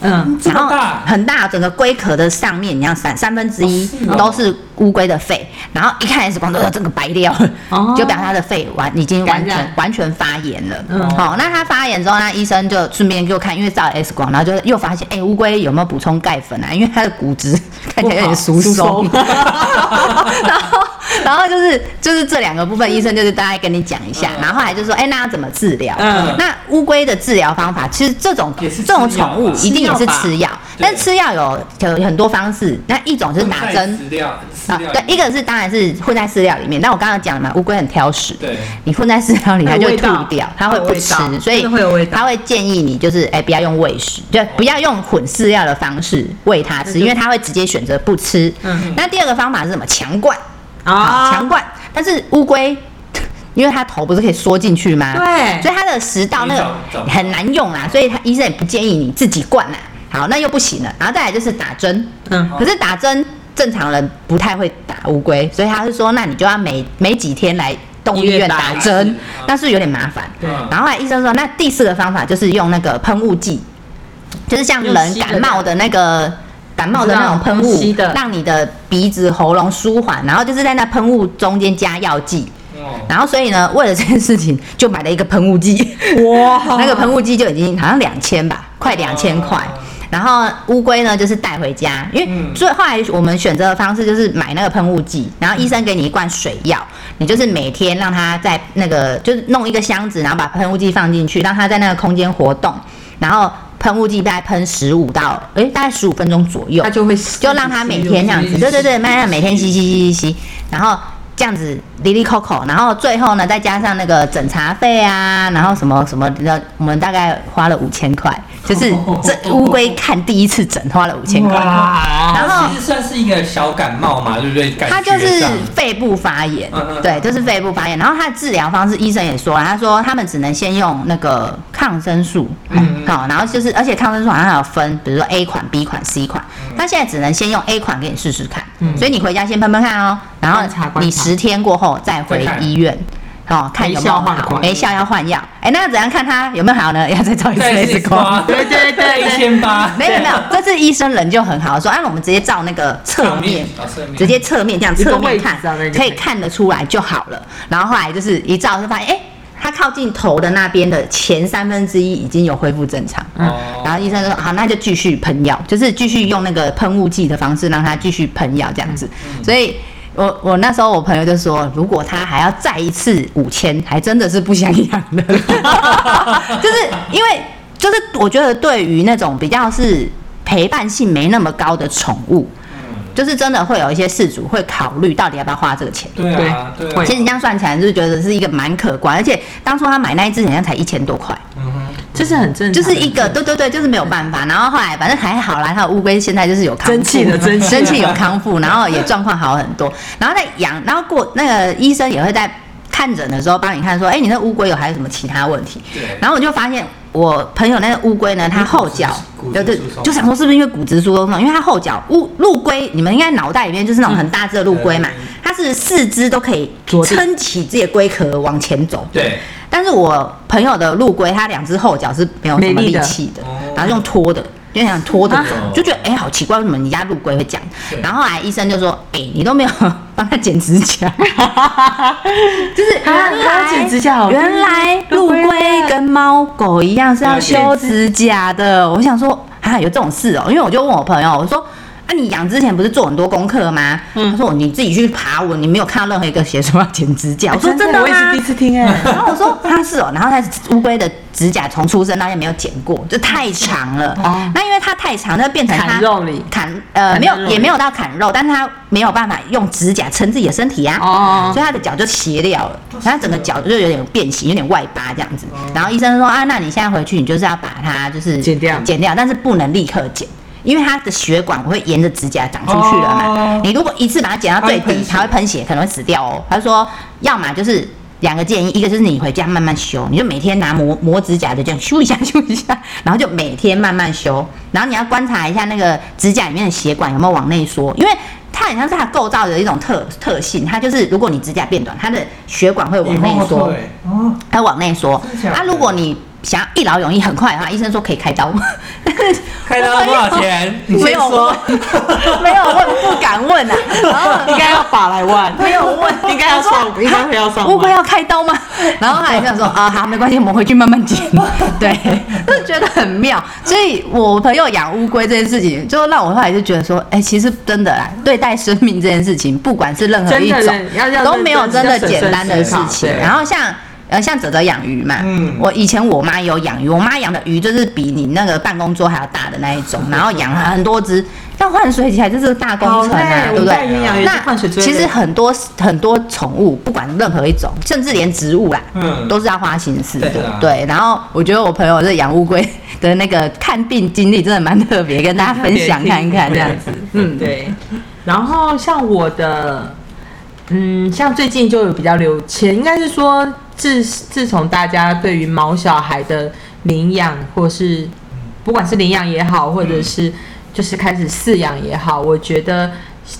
嗯，这么然后大很大，整个龟壳的上面，你看三三分之一哦是哦都是乌龟的肺，然后一看 X 光都这个白掉了，哦就表示它的肺完已经完感染全完全发炎了。嗯好、那它发炎之后，那医生就顺便给我看，因为照了 X 光，然后就又发现，哎、乌龟有没有补充钙粉啊？因为它的骨质 看起来有点疏松。不好 疏然后，然后就是就是这两个部分，医生就是大概跟你讲一下，嗯然后后来就说，哎、那要怎么治疗？嗯那乌龟的治疗方法，其实这种也是吃这种药吧宠物一定也是吃药，对但吃药有有很多方式，那一种就是打针饲料，啊饲，料对，一个是当然是混在饲料里面，但我刚刚讲了嘛，乌龟很挑食，对你混在饲料里，它就会会有味吐道掉，它会不吃会有味，道所以真的会有味道它会建议你就是哎、不要用喂食，哦就不要用混饲料的方式喂它那吃，就因为它会直接选择不吃。嗯那第二个方法是什么？强灌啊，啊，强灌，但是乌龟。 因为它头不是可以缩进去吗？对所以它的食道那你找个找很难用啊，所以他医生也不建议你自己灌啦、好，那又不行了，然后再来就是打针，嗯哦可是打针正常人不太会打乌龟，所以他是说，那你就要每每几天来动物医院打医院打一针次，那是不是有点麻烦。对嗯啊然后后来医生说，那第四个方法就是用那个喷雾剂，就是像人感冒的那个。感冒的那种喷我雾知道吸的，让你的鼻子、喉咙舒缓，然后就是在那喷雾中间加药剂，哦，然后所以呢，为了这件事情就买了一个喷雾剂，哇，那个喷雾剂就已经好像两千吧，快两千块。然后乌龟呢，就是带回家，因嗯为最后来我们选择的方式就是买那个喷雾剂，然后医生给你一罐水药，你就是每天让它在那个就是弄一个箱子，然后把喷雾剂放进去，让它在那个空间活动，然后喷雾剂大概喷十五到诶大概十五分钟左右它，就会就让它每天这样子，对对对，慢慢每天吸吸吸吸吸，然后这样子滴滴扣扣，然后最后呢再加上那个诊查费啊，然后什么什么的，我们大概花了五千块，就是这乌龟看第一次诊花了五千块，哇，然后其实算是一个小感冒嘛，对不对？感它觉就是上肺部发炎嗯嗯，对，就是肺部发炎。然后它的治疗方式，医生也说了，啊他说他们只能先用那个抗生素，嗯嗯，好，然后就是而且抗生素好像还有分，比如说 A 款、B 款、C 款，他现在只能先用 A 款给你试试看，所以你回家先喷喷看哦，然后观察观察你十天过后再回医院。哦，看有没有没效换好，款没效要换药。哎，那要怎样看它有没有好呢？ 要再照一次再 X 光。对对对，一千八，没有没有，这次医生人就很好，说啊，我们直接照那个侧上面面，哦侧面直接侧面这样侧面看一个位置啊那，就可可以以看得出来就好了。然后后来就是一照就发现，哎、它靠近头的那边的前三分之一已经有恢复正常。哦然后医生就说好，那就继续喷药，就是继续用那个喷雾剂的方式让它继续喷药这样子。所以我我那时候我朋友就说，如果他还要再一次五千，还真的是不想养 了，就是因为就是我觉得对于那种比较是陪伴性没那么高的宠物，就是真的会有一些事主会考虑到底要不要花这个钱。对啊，对啊，会其实你这样算起来，就是觉得是一个蛮可观，而且当初他买那一只好像才一千多块。嗯哼，这是很正就常的，是一个对对对，就是没有办法。然后后来反正还好啦，他的乌龟现在就是有康复争气的争气的争气有康 复，然后也状况好很多。然后在养，然后过那个医生也会在看诊的时候帮你看说，哎，你那乌龟有还有什么其他问题？对，然后我就发现我朋友那个乌龟呢，它后脚骨质对对疏松，就想说是不是因为骨质疏松嘛？因为它后脚乌陆龟，你们应该脑袋里面就是那种很大只的陆龟嘛嗯，它是四肢都可以着地撑起自己的龟壳往前走。对，但是我朋友的陆龟，它两只后脚是没有什么没力力的气的哦，然后用拖的，就想拖的啊走，就觉得哎、好奇怪，为什么你家陆龟会讲对？然后后来医生就说，哎、你都没有帮它剪指 甲，就是原啊它来要剪指甲好原来陆龟跟猫狗一样是要修指甲的。我想说啊，有这种事哦、因为我就问我朋友，我说。啊，你养之前不是做很多功课吗？嗯他说你自己去爬文，你没有看到任何一个写说要剪指哦甲。我说真的吗？我也是第一次听哎、然后我说他是哦，然后他乌龟的指甲从出生到现在没有剪过，就太长了。哦那因为它太长，那变成它砍肉里砍呃砍没有到肉也里没有到砍肉，但是它没有办法用指甲撑自己的身体啊，哦所以它的脚就斜掉了，然后整个脚就有点变形，有点外八这样子。然后医生说啊，那你现在回去你就是要把它就是剪掉剪掉，但是不能立刻剪。因为它的血管会沿着指甲长出去了嘛，哦你如果一次把它剪到最它会低喷，血它会喷血，可能会死掉哦。他说，要么就是两个建议，一个就是你回家慢慢修，你就每天拿磨磨指甲的这样修一下修一下，然后就每天慢慢修，然后你要观察一下那个指甲里面的血管有没有往内缩，因为。它很像是它构造的一种特特性，它就是如果你指甲变短，它的血管会往内缩，对，哦，它往内缩真的。假的啊，如果你想要一劳永逸很快的话，医生说可以开刀，开刀多少钱？你没先有说问，， 没有问，不敢问啊。然后应该要法来万， 没有问，应该要上，应该会要上万。乌龟要开刀吗？ 然后他还这样说啊，好，没关系，我们回去慢慢 剪。对，就觉得很妙。所以我朋友养乌龟这件事情，就让我后来就觉得说，哎、其实真的啦，对待生命这件事情，不管是任何一真种的要要，都没有真的认真简单的事要情审。慎然后像。呃，像泽泽养鱼嘛，嗯我以前我妈也有养鱼，我妈养的鱼就是比你那个办公桌还要大的那一种，然后养了很多只，要换水起来这是个大工程啊，好累对不我对？带营养员去换水最累其实很多很多宠物，不管任何一种，甚至连植物啦，嗯都是要花心思的。对啊对，然后我觉得我朋友这养乌龟 的那个看病经历真的蛮特别，跟大家分享看看这样子。嗯，对。然后像我的，嗯，像最近就有比较流前，应该是说自自从大家对于毛小孩的领养，或是不管是领养也好，或者是就是开始饲养也好，我觉得。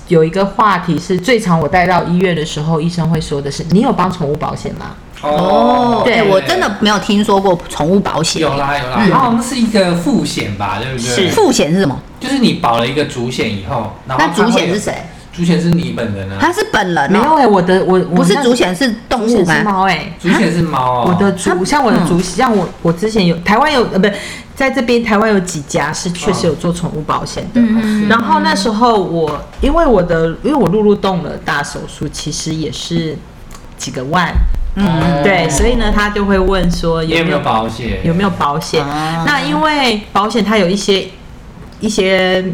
有一个话题是最常我带到医院的时候，医生会说的是：“你有帮宠物保险吗？”哦，对对我真的没有听说过宠物保险。哎有啦有啦，嗯它好像是一个副险吧，对不对？付险是什么？就是你保了一个主险以后，然后那它主会险有是？谁？主险是你本人啊，他是本人没有哦，哎、我的我我不是那主险是动主物险是吗？猫哎、主险是猫我哦。的主像我的主像我我之前有台湾有呃不是在这边台湾有几家是确实有哦做宠物保险的，嗯然后那时候我因为我的因为我露露动了大手术，其实也是几个万，嗯对，所以呢他就会问说你有有没没有有保险？有没有保险？啊那因为保险它有一些一些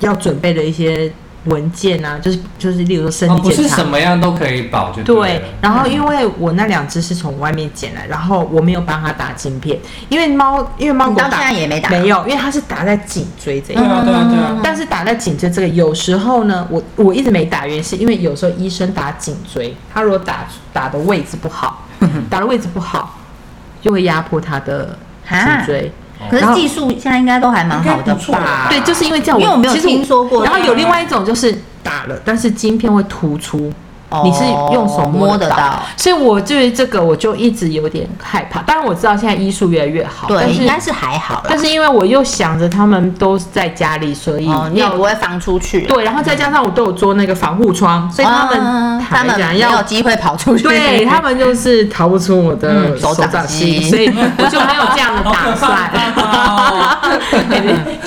要准备的一些文件啊，就是就是例如说身哦，体不是检查啊什。么样都可以保，就对了，然后因为我那两只是从外面捡来，然后我没有帮它打晶片，因为猫，因为猫你狗到打现在也没打嗯没有，因为它是打在颈椎这一对块。啊对啊对啊，但是打在颈椎这个，有时候呢，我我一直没打，原因是因为有时候医生打颈椎，他如果打打的位置 不好，打的位置不好，就会压迫他的颈啊椎。可然是后技术现在应该都还蛮好的哦应该不错吧吧？对，就是因为这样，啊因为我没有其实听说过然后这样有另外一种就是打了，但是晶片会突出，哦你是用手摸摸得得到，到所以我对于这个我就一直有点害怕。当然我知道现在医术越来越好，但对，应该是是还好啦。但是因为我又想着他们都在家里，所以哦，你也要、不会放出去，对，然后再加上我都有做那个防护窗，所以他们、啊他们坦白讲没要有机会跑 出去，对他们就是逃不出我的嗯手手掌掌心，心所以我就没有这样的打 算好可，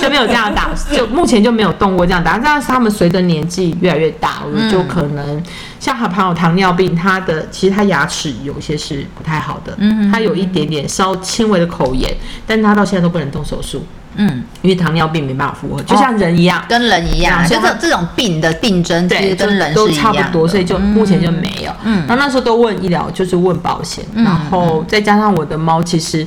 就没有这样的打，就目前就没有动过这样的打算。但是他们随着年纪越来越大，我就可能、像好朋友糖尿病，他的其实他牙齿有些是不太好的，嗯，他有一点点稍轻微的口炎，但是他到现在都不能动手术，嗯，因为糖尿病没办法复合，就像人一样。跟人一样，这就样这这种病的病症其对，实就跟人都是一差样的，不多，所以就目前就没有。嗯，然后那时候都问医疗，就是问保险，嗯然后再加上我的猫其实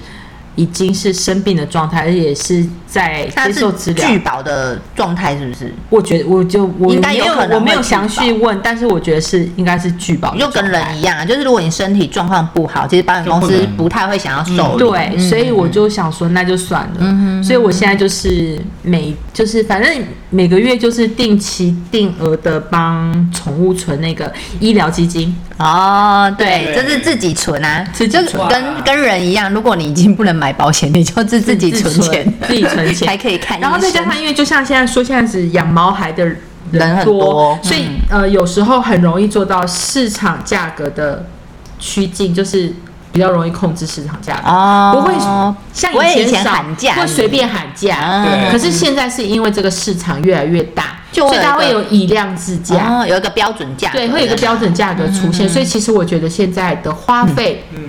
已经是生病的状态，而且是在它接是受治疗拒。保的状态是不是？我觉得我就我应该没有有可能我没有会拒详细问，但是我觉得是应该是拒保的又状跟态，人一样啊，就是如果你身体状况不好，其实保险公就不司能不太会想要受理。嗯对，所以我就想说那就算了。嗯所以我现在就是每就是反正每个月就是定期定额的帮宠物存那个医疗基金。哦，对，对就是自己存啊，自己就是存跟跟人一样，如果你已经不能买保险，你就是自己存钱，自己存 钱还可以看医然后再加生。上，因为就像现在说，现在是养毛孩的人很很多多，所以呃，有时候很容易做到市场价格的趋近，就是比较容易控制市场价格。哦不会像不会以以前少喊价嗯会随便喊啊价。对可是现在是因为这个市场越来越大，就所会有以它一会个有以量制价。哦，有一个标准价格的，对，会有一个标准价格出嗯现，所以其实我觉得现在的花费嗯，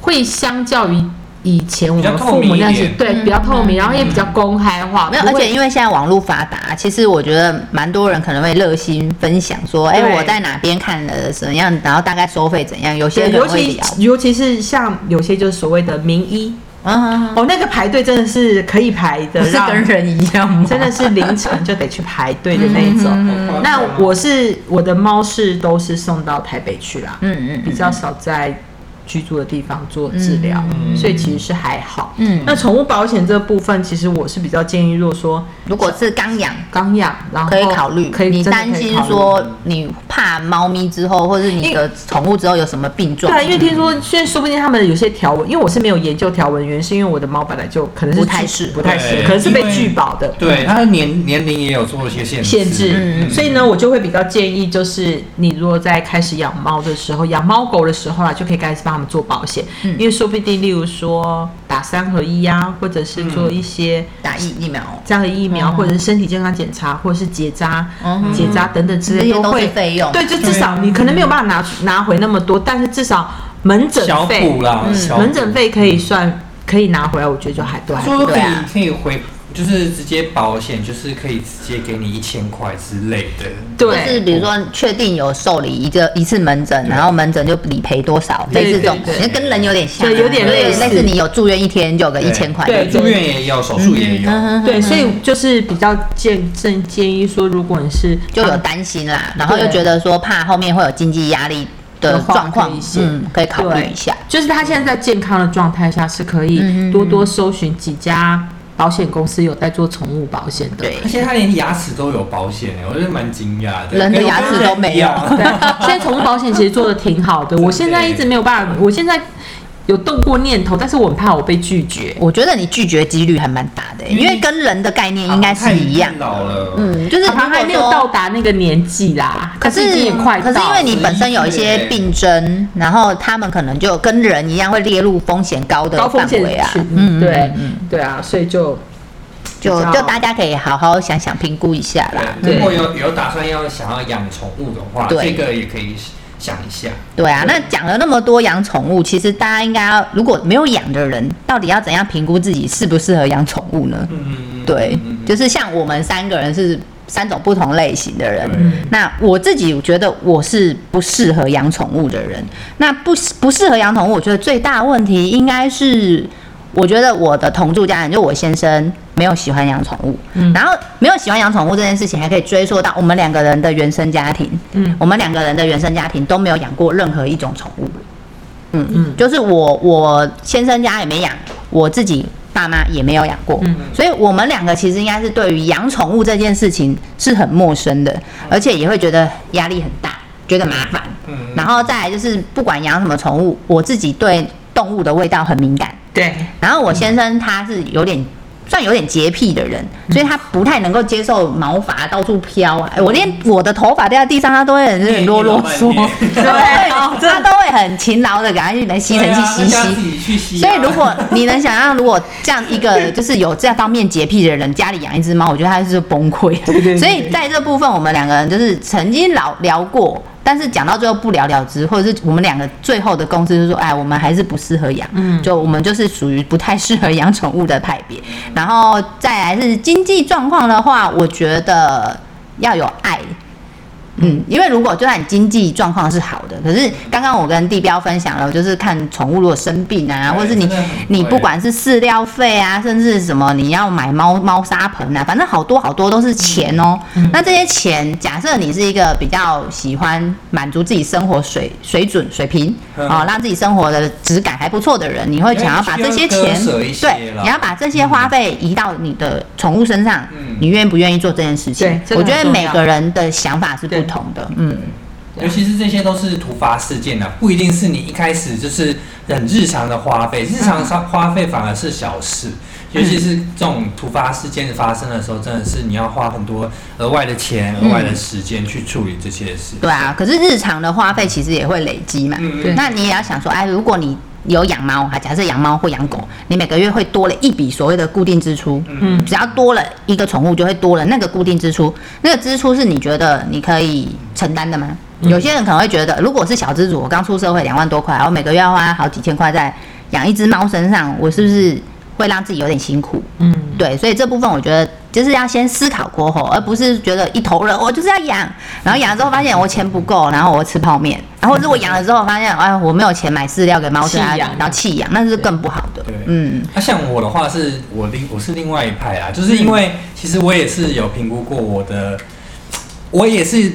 会相较于以前我比较们透父母明一那是点对比较透明，然后也比较公开化，嗯没有，不而会且因为现在网络发达，其实我觉得蛮多人可能会热心分享说，哎、对我在哪边看了怎样，然后大概收费怎样，有些对，人尤会其聊，尤其是像有些就是所谓的名医嗯，哦，那个排队真的是可以排的，不是让跟人一样吗？ 真的是凌晨就得去排队的那一嗯种。嗯啊那我是我的猫是都是送到台北去啦，嗯嗯比较少在居住的地方做治疗，嗯所以其实是还好。嗯那宠物保险这部分，其实我是比较建议，如果说如果是刚养。刚养，然后可以考虑，可以你真的可担以心考虑说你怕猫咪之后，或是你的宠物之后有什么病状？对啊，因为听说，所以说不定他们有些条文，因为我是没有研究条文，原因是因为我的猫本来就可能是不太拒适合不太适合，对可能是被因为拒保的对他的年年龄也有做一些限制限制，嗯所以呢，我就会比较建议，就是你如果在开始养猫的时候，养猫狗的时候啊，就可以开始帮他们做保险，嗯因为说不定，例如说打三合一啊，或者是做一些。打疫疫苗，这样的疫苗，或者是身体健康检查，或者是结扎、嗯结扎等等之这类，些都会是费用对，就至少你可能没有办法拿出拿回那么多，但是至少门诊小费补啦，小补门诊费可以算可以拿回来，我觉得就还对。说可对以啊可以回，就是直接保险，就是可以直接给你一千块之类的。就是对比如说确定有受理一个一次门诊，然后门诊就理赔多少，对类似这种对，因对为跟人有点像啊，对有点类似类似你有住院一天就有个对一千块，对对，住院也有，手术也有。嗯对，所以就是比较建正建议说，如果你是呃就有担心啦，然后对又觉得说怕后面会有经济压力的的话状可况以写，嗯，可以考虑对一下。嗯就是他现在在健康的状态下，是可以多多搜寻几家保险公司有在做宠物保险的。对而且他连牙齿都有保险，欸我觉得蛮惊讶的。人的跟牙齿都没有跟人一对样现在宠物保险其实做的挺 好的，我现在一直没有办法，我现在有动过念头，但是我很怕我被拒绝。我觉得你拒绝几率还蛮大的、嗯因为因为跟人的概念应该是一样太。老了，嗯，就是他还没有到，达那个年纪啦，可但已经是也快到可了。是因为你本身有一些病症，然后他们可能就跟人一样会列入风险高的高风范险围啊群，，嗯，对，对啊，所以就就比较就大家可以好好想想评估一下啦。嗯对。如果有有打算要想要养宠物的话，对这个也可以想一下。对啊，那讲了那么多养宠物，其实大家应该要，如果没有养的人，到底要怎样评估自己适不适合养宠物呢？嗯，对嗯，就是像我们三个人是三种不同类型的人对。那我自己觉得我是不适合养宠物的人。那不不适合养宠物，我觉得最大问题应该是，我觉得我的同住家人，就我先生没有喜欢养宠物，然后没有喜欢养宠物这件事情，还可以追溯到我们两个人的原生家庭。嗯我们两个人的原生家庭都没有养过任何一种宠物。嗯嗯嗯，就是我我先生家也没养，我自己爸妈也没有养过，嗯所以我们两个其实应该是对于养宠物这件事情是很陌生的，而且也会觉得压力很大。觉得麻烦。嗯嗯然后再来就是，不管养什么宠物，我自己对动物的味道很敏感。对，然后我先生他是有点。算有点洁癖的人，所以他不太能够接受毛发到处飘啊。哎我连我的头发掉在地上，他都会很有点啰啰 嗦，对哦他都会很勤劳的赶快去拿吸尘对啊器吸那就要吸自。己去吸啊。所以，如果你能想象，如果这样一个就是有这方面洁癖的人，家里养一只猫，我觉得他就是崩溃。对对对所以，在这部分，我们两个人就是曾经聊聊过，但是讲到最后不了了之，或者是我们两个最后的共识就是说，哎，我们还是不适合养，嗯，就我们就是属于不太适合养宠物的派别。然后再来是经济状况的话，我觉得要有爱，嗯，因为如果就算你经济状况是好的，可是刚刚我跟地标分享了，就是看宠物如果生病啊，对或是你真的很你贵不管是饲料费啊，甚至什么你要买猫猫砂盆啊，反正好多好多都是钱哦。嗯那这些钱，假设你是一个比较喜欢满足自己生活水水准水平，嗯哦，让自己生活的质感还不错的人，你会想要把这些因为钱哎你需要割舍一，些对，啦你要把这些花费移到你的宠物身上嗯，你愿不愿意做这件事情对？这个我觉很得重每要个人的想法是不对同的，嗯。尤其是这些都是突发事件啊，不一定是你一开始就是很日常的花费，日常花花费反而是小事。尤其是这种突发事件发生的时候，真的是你要花很多额外的钱、额外的时间去处理这些事。对啊，可是日常的花费其实也会累积嘛。嗯对那你也要想说，哎，如果你有养猫哈，假设养猫或养狗，你每个月会多了一笔所谓的固定支出。嗯只要多了一个宠物，就会多了那个固定支出。那个支出是你觉得你可以承担的吗？嗯有些人可能会觉得，如果是小资主，我刚出社会两万多块，我每个月要花好几千块在养一只猫身上，我是不是会让自己有点辛苦？嗯。对，所以这部分我觉得就是要先思考过后，而不是觉得一头热，我哦就是要养，然后养了之后发现我钱不够，然后我吃泡面，然后或者我养了之后发现，哎，我没有钱买饲料给猫吃，啊弃然啊养后弃养，那是更不好的对。嗯，那、啊像我的话是，我另我是另外一派啊，就是因为其实我也是有评估过我的，我也是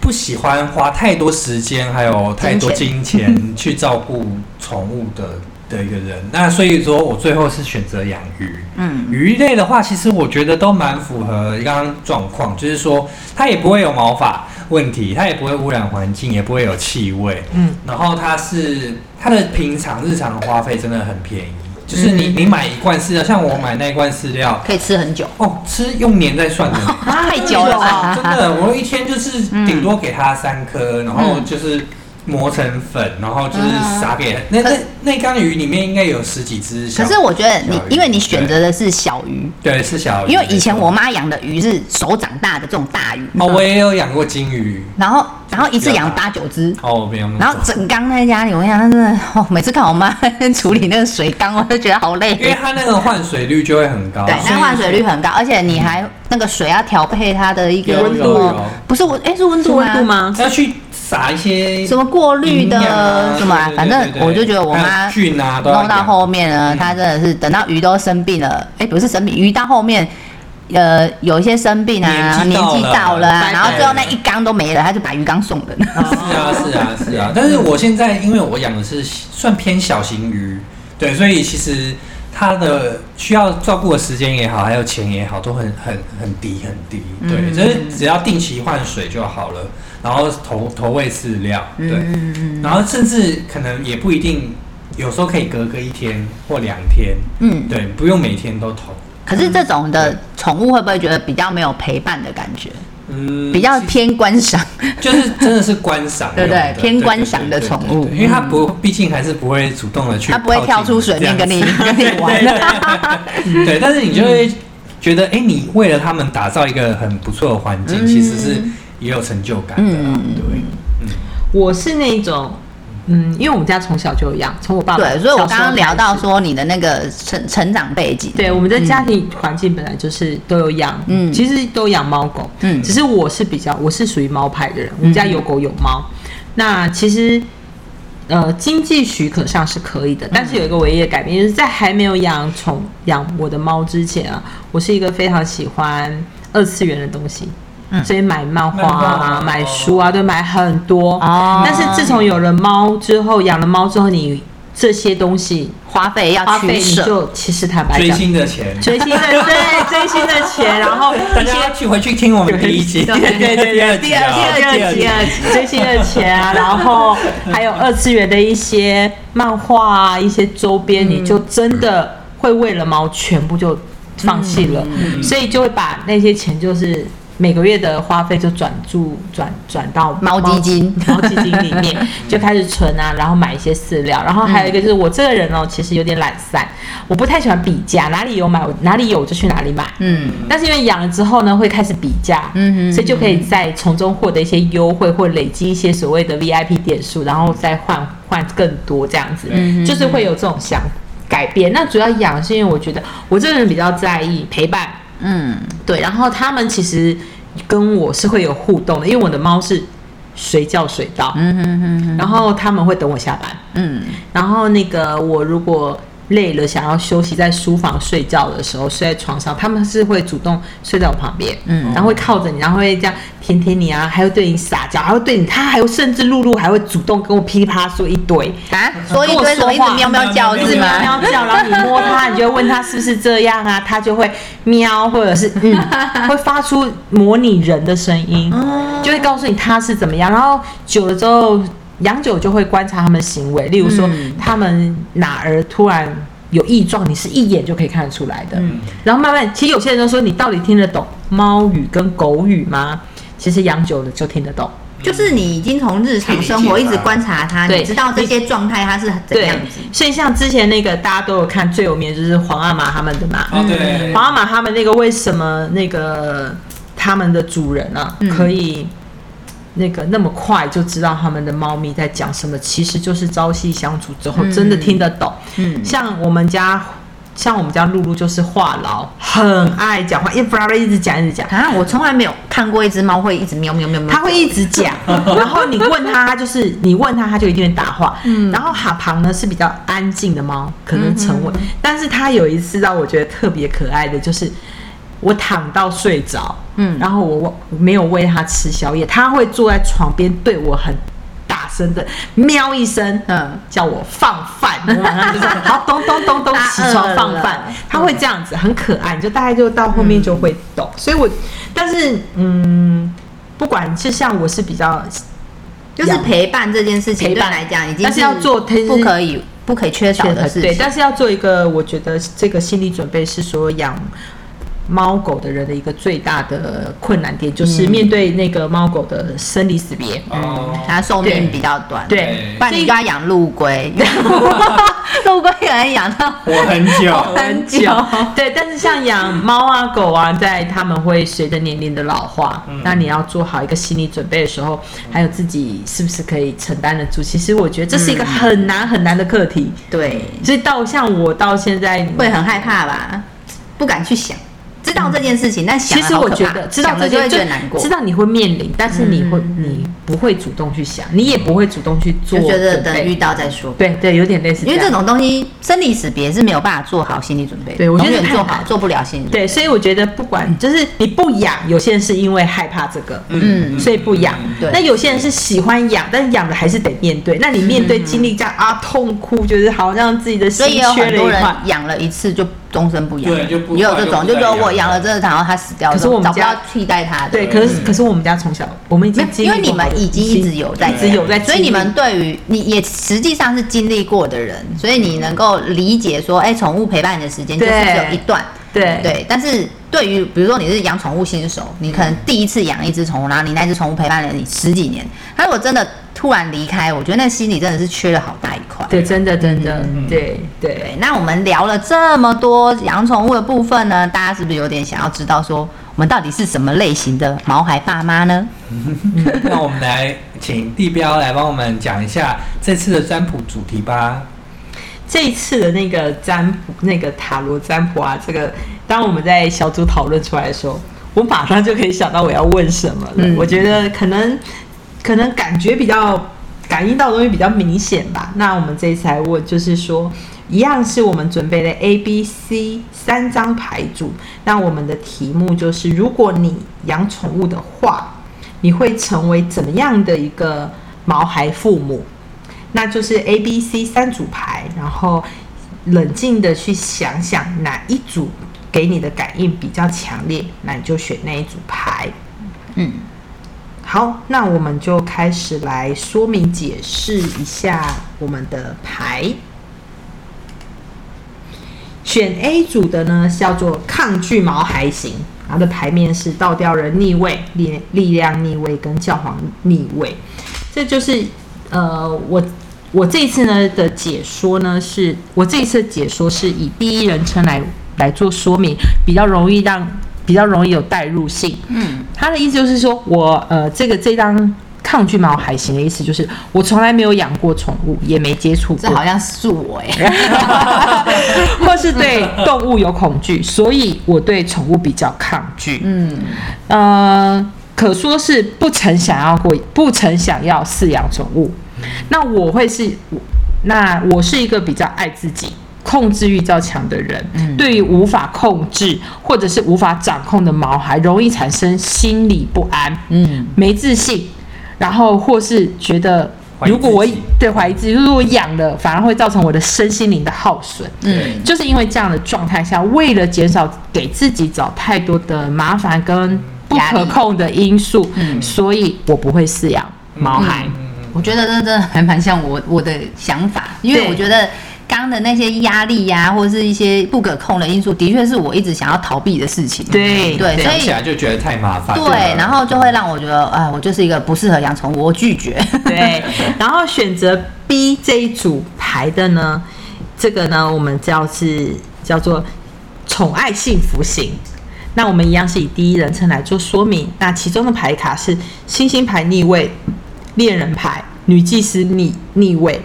不喜欢花太多时间还有太多金钱去照顾宠物的的一个人。那所以说我最后是选择养鱼。嗯，鱼类的话，其实我觉得都蛮符合刚刚状况，就是说它也不会有毛发问题，它也不会污染环境，也不会有气味。嗯，然后它是它的平常日常的花费真的很便宜，就是你你买一罐饲料，像我买那一罐饲料，可以吃很久，哦，吃用年在算的。 太久了 嗯吧？真的，我一天就是顶多给它三颗，然嗯后就是磨成粉，然后就是撒给那那那缸鱼里面应该有十几只小。可是我觉得你小，鱼因为你选择的是小鱼，对是小鱼，因为以前没错我妈养的鱼是手掌大的这种大鱼，哦，我也有养过金鱼。然后然后一次比较养大八九只，哦，我没有那么然后早整缸在家里，我想真的，哦，每次看我妈 处理那个水缸，我就觉得好累。因为它那个换水率就会很高。对，啊所以嗯那换水率很高，而且你还那个水要调配它的一个有有有不是温，哎，是温是度温吗？度？吗？要去撒一些什么过滤的营养啊什么啊对对对，反正对对我就觉得我还妈有菌啊，都要弄到养后面呢，嗯她真的是等到鱼都生病了，哎，不是生病，鱼到后面。呃，有一些生病年啊，纪年到了纪到了啊拜，拜然后最后那一缸都没了，她就把鱼缸送人。是啊，是啊，是啊。但是我现在因为我养的是算偏小型鱼，对，所以其实它的需要照顾的时间也好，还有钱也好，都很很很低很低。对，嗯就是只要定期换水就好了，然后投投喂饲料，对，嗯然后甚至可能也不一定，有时候可以隔个一天或两天，嗯，对，不用每天都投。可是这种的宠物会不会觉得比较没有陪伴的感觉，嗯，比较偏观赏？就是真的是观赏，对不对用的偏观赏的宠物对对对对对因为它不，毕竟还是不会主动的去，它不会跳出水面 跟你跟你玩。嗯你，对，但是你就会觉得，哎，你为了他们打造一个很不错的环境，其实是也有成就感的啦，嗯对，嗯，我是那种，嗯，因为我们家从小就有养，从我爸爸对，所以我刚刚聊到小时候开始，说你的那个成成长背景，对，我们的家庭环境本来就是都有养，嗯嗯，其实都养猫狗，嗯嗯，只是我是比较，我是属于猫派的人，我们家有狗有猫。那其实，呃，经济许可上是可以的，但是有一个唯一的改变，就是在还没有养宠养我的猫之前啊，我是一个非常喜欢二次元的东西。所以买漫画啊，漫画买书啊，都买很多。哦但是自从有了猫之后，养了猫之后，你这些东西花费要花费，取你舍，就其实坦白追讲，星的钱，哦追星的对追星的钱，然哦后大家去回去听我们第一集，对对对 第二集，第二集，第二集集啊第二集追星的钱啊，然后还有二次元的一些漫画啊、一些周边，你就真的会为了猫全部就放弃了，所以就会把那些钱就是。每个月的花费就转注转转到猫基金猫基金里面就开始存啊，然后买一些饲料，然后还有一个就是我这个人哦，其实有点懒散，我不太喜欢比价，哪里有买我哪里有我就去哪里买，嗯，但是因为养了之后呢，会开始比价，嗯哼所以就可以再从中获得一些优惠，或累积一些所谓的 VIP 点数，然后再换换更多这样子，嗯哼就是会有这种想改变。那主要养是因为我觉得我这个人比较在意陪伴，嗯，对，然后他们其实跟我是会有互动的，因为我的猫是随叫随到，嗯哼哼哼，然后他们会等我下班，嗯，然后那个我如果累了想要休息，在书房睡觉的时候睡在床上，他们是会主动睡在我旁边，嗯嗯，然后会靠着你，然后会这样舔舔你啊，还会对你撒娇，还会对你，他还会甚至露露还会主动跟我噼里啪啦说一堆。啊，所以一堆跟怎我么说话一直喵喵叫对是喵吗？喵叫，然后你摸它，你就会问它是不是这样啊，它就会喵，或者是嗯，会发出模拟人的声音，哦就会告诉你它是怎么样。然后久了之后，养久就会观察它们的行为，例如说嗯它们哪儿突然。有异状，你是一眼就可以看得出来的。嗯然后慢慢，其实有些人都说，你到底听得懂猫语跟狗语吗？其实养久了就听得懂。就是你已经从日常生活一直观察它，对你知道这些状态它是怎对样子。，所以像之前那个大家都有看最有名的就是皇阿玛他们的嘛，哦对，皇阿玛他们那个为什么那个他们的主人啊，嗯可以那个那么快就知道他们的猫咪在讲什么？其实就是朝夕相处之后，嗯真的听得懂。嗯像我们家，像我们家露露就是话痨，很爱讲话，一不拉一直讲一直讲。啊，我从来没有看过一只猫会一直喵喵喵喵。他会一直讲，然后你问他，他就是你问他，他就一定会答话。嗯然后哈庞呢是比较安静的猫，可能沉稳，嗯但是他有一次让我觉得特别可爱的就是，我躺到睡着，嗯嗯，然后我我没有喂它吃宵夜，它会坐在床边对我很大声的喵一声，嗯叫我放饭，我晚上就这样，好咚咚咚咚大起床放饿饭了，它会这样子，很可爱，你就大概就到后面就会懂。所以我，但是嗯，不管是像我是比较就是陪伴这件事情陪对伴来讲已经但是要做推不可以不可以缺少的事对，情。但是要做一个，我觉得这个心理准备是所有养猫狗的人的一个最大的困难点，就是面对那个猫狗的生离死别。嗯哦，它寿对命比较短，对，不然你就要养陆龟， 陆龟也能养到活很久，很久。对，但是像养猫啊、狗啊，在它们会随着年龄的老化，那你要做好一个心理准备的时候，还有自己是不是可以承担得住？其实我觉得这是一个很难很难的课题。对，所以到像我到现在会啊很害怕吧？不敢去想，知道这件事情，但想嗯其了实好我可觉怕得知道想这了就些会觉得难过知，道你会面临，但是你会、你不会主动去想，你也不会主动去做就准备，觉得等遇到再说。对对，有点类似因为样这种东西生离死别是没有办法做好心理准备的，对我觉得永远太做难好做不了心理准备。对，所以我觉得不管就是你不养，有些人是因为害怕这个，嗯所以不养。对那有些人是喜欢养，但是养了还是得面对。那你面对经历这样、啊，痛哭，就是好像自己的所心以也有缺很了多一人块。养了一次就终身不养，对就不也有这种，就不再就觉得养我养了真的，然后它死掉了，可是我们找不到家替代它的。对，可是、可是我们家从小我们已没经经历有，因为你们过已经一直有在一直有在经历，所以你们对于你也实际上是经历过的人，所以你能够理解说，哎，宠物陪伴你的时间就是只对有一段，对对。但是对于比如说你是养宠物新手，你可能第一次养一只宠物，然后你那只宠物陪伴了你十几年，它如果真的突然离开，我觉得那心里真的是缺了好大一块。对，真的真嗯的，对对对，那我们聊了这么多养宠物的部分呢，大家是不是有点想要知道说，我们到底是什么类型的毛孩爸妈呢？嗯那我们来请地标来帮我们讲一下这次的占卜主题吧。这一次的那个占卜，那个塔罗占卜啊，这个当我们在小组讨论出来的时候，我马上就可以想到我要问什么了。嗯我觉得可能可能感觉比较感应到的东西比较明显吧。那我们这一次来问，就是说。一样是我们准备的 A、B、C 三张牌组。那我们的题目就是：如果你养宠物的话，你会成为怎么样的一个毛孩父母？那就是 A、B、C 三组牌，然后冷静的去想想哪一组给你的感应比较强烈，那你就选那一组牌。嗯，好，那我们就开始来说明解释一下我们的牌。选 A 组的呢叫做抗拒毛孩型，它的牌面是倒吊人逆位、力力量逆位跟教皇逆位。这就是呃，我我这一次呢的解说呢，是我这一次的解说是以第一人称来来做说明，比较容易让比较容易有代入性。嗯，他的意思就是说我呃，这个这张抗拒毛海型的意思就是我从来没有养过宠物，也没接触这过，好像是我哎、 或是对动物有恐惧，所以我对宠物比较抗拒。嗯，呃，可说是不曾想要过，不曾想要饲养宠物。那我会是，我那我是一个比较爱自己、控制欲较强的人，对于无法控制或者是无法掌控的毛孩，容易产生心理不安，嗯，没自信，然后或是觉得。怀疑如果我自己对怀疑自己，如果我养了，反而会造成我的身心灵的耗损。对，就是因为这样的状态下，为了减少给自己找太多的麻烦跟不可控的因素，嗯所以我不会饲养毛孩。我觉得这真的还蛮像我我的想法，因为对我觉得刚刚的那些压力呀、或者是一些不可控的因素，的确是我一直想要逃避的事情。对对，所想以起来就觉得太麻烦了。对，然后就会让我觉得，哎，我就是一个不适合养宠物，我拒绝。对，然后选择 B 这一组牌的呢，这个呢我们叫是叫做宠爱幸福型。那我们一样是以第一人称来做说明。那其中的牌卡是星星牌逆位、恋人牌、女祭司逆逆位。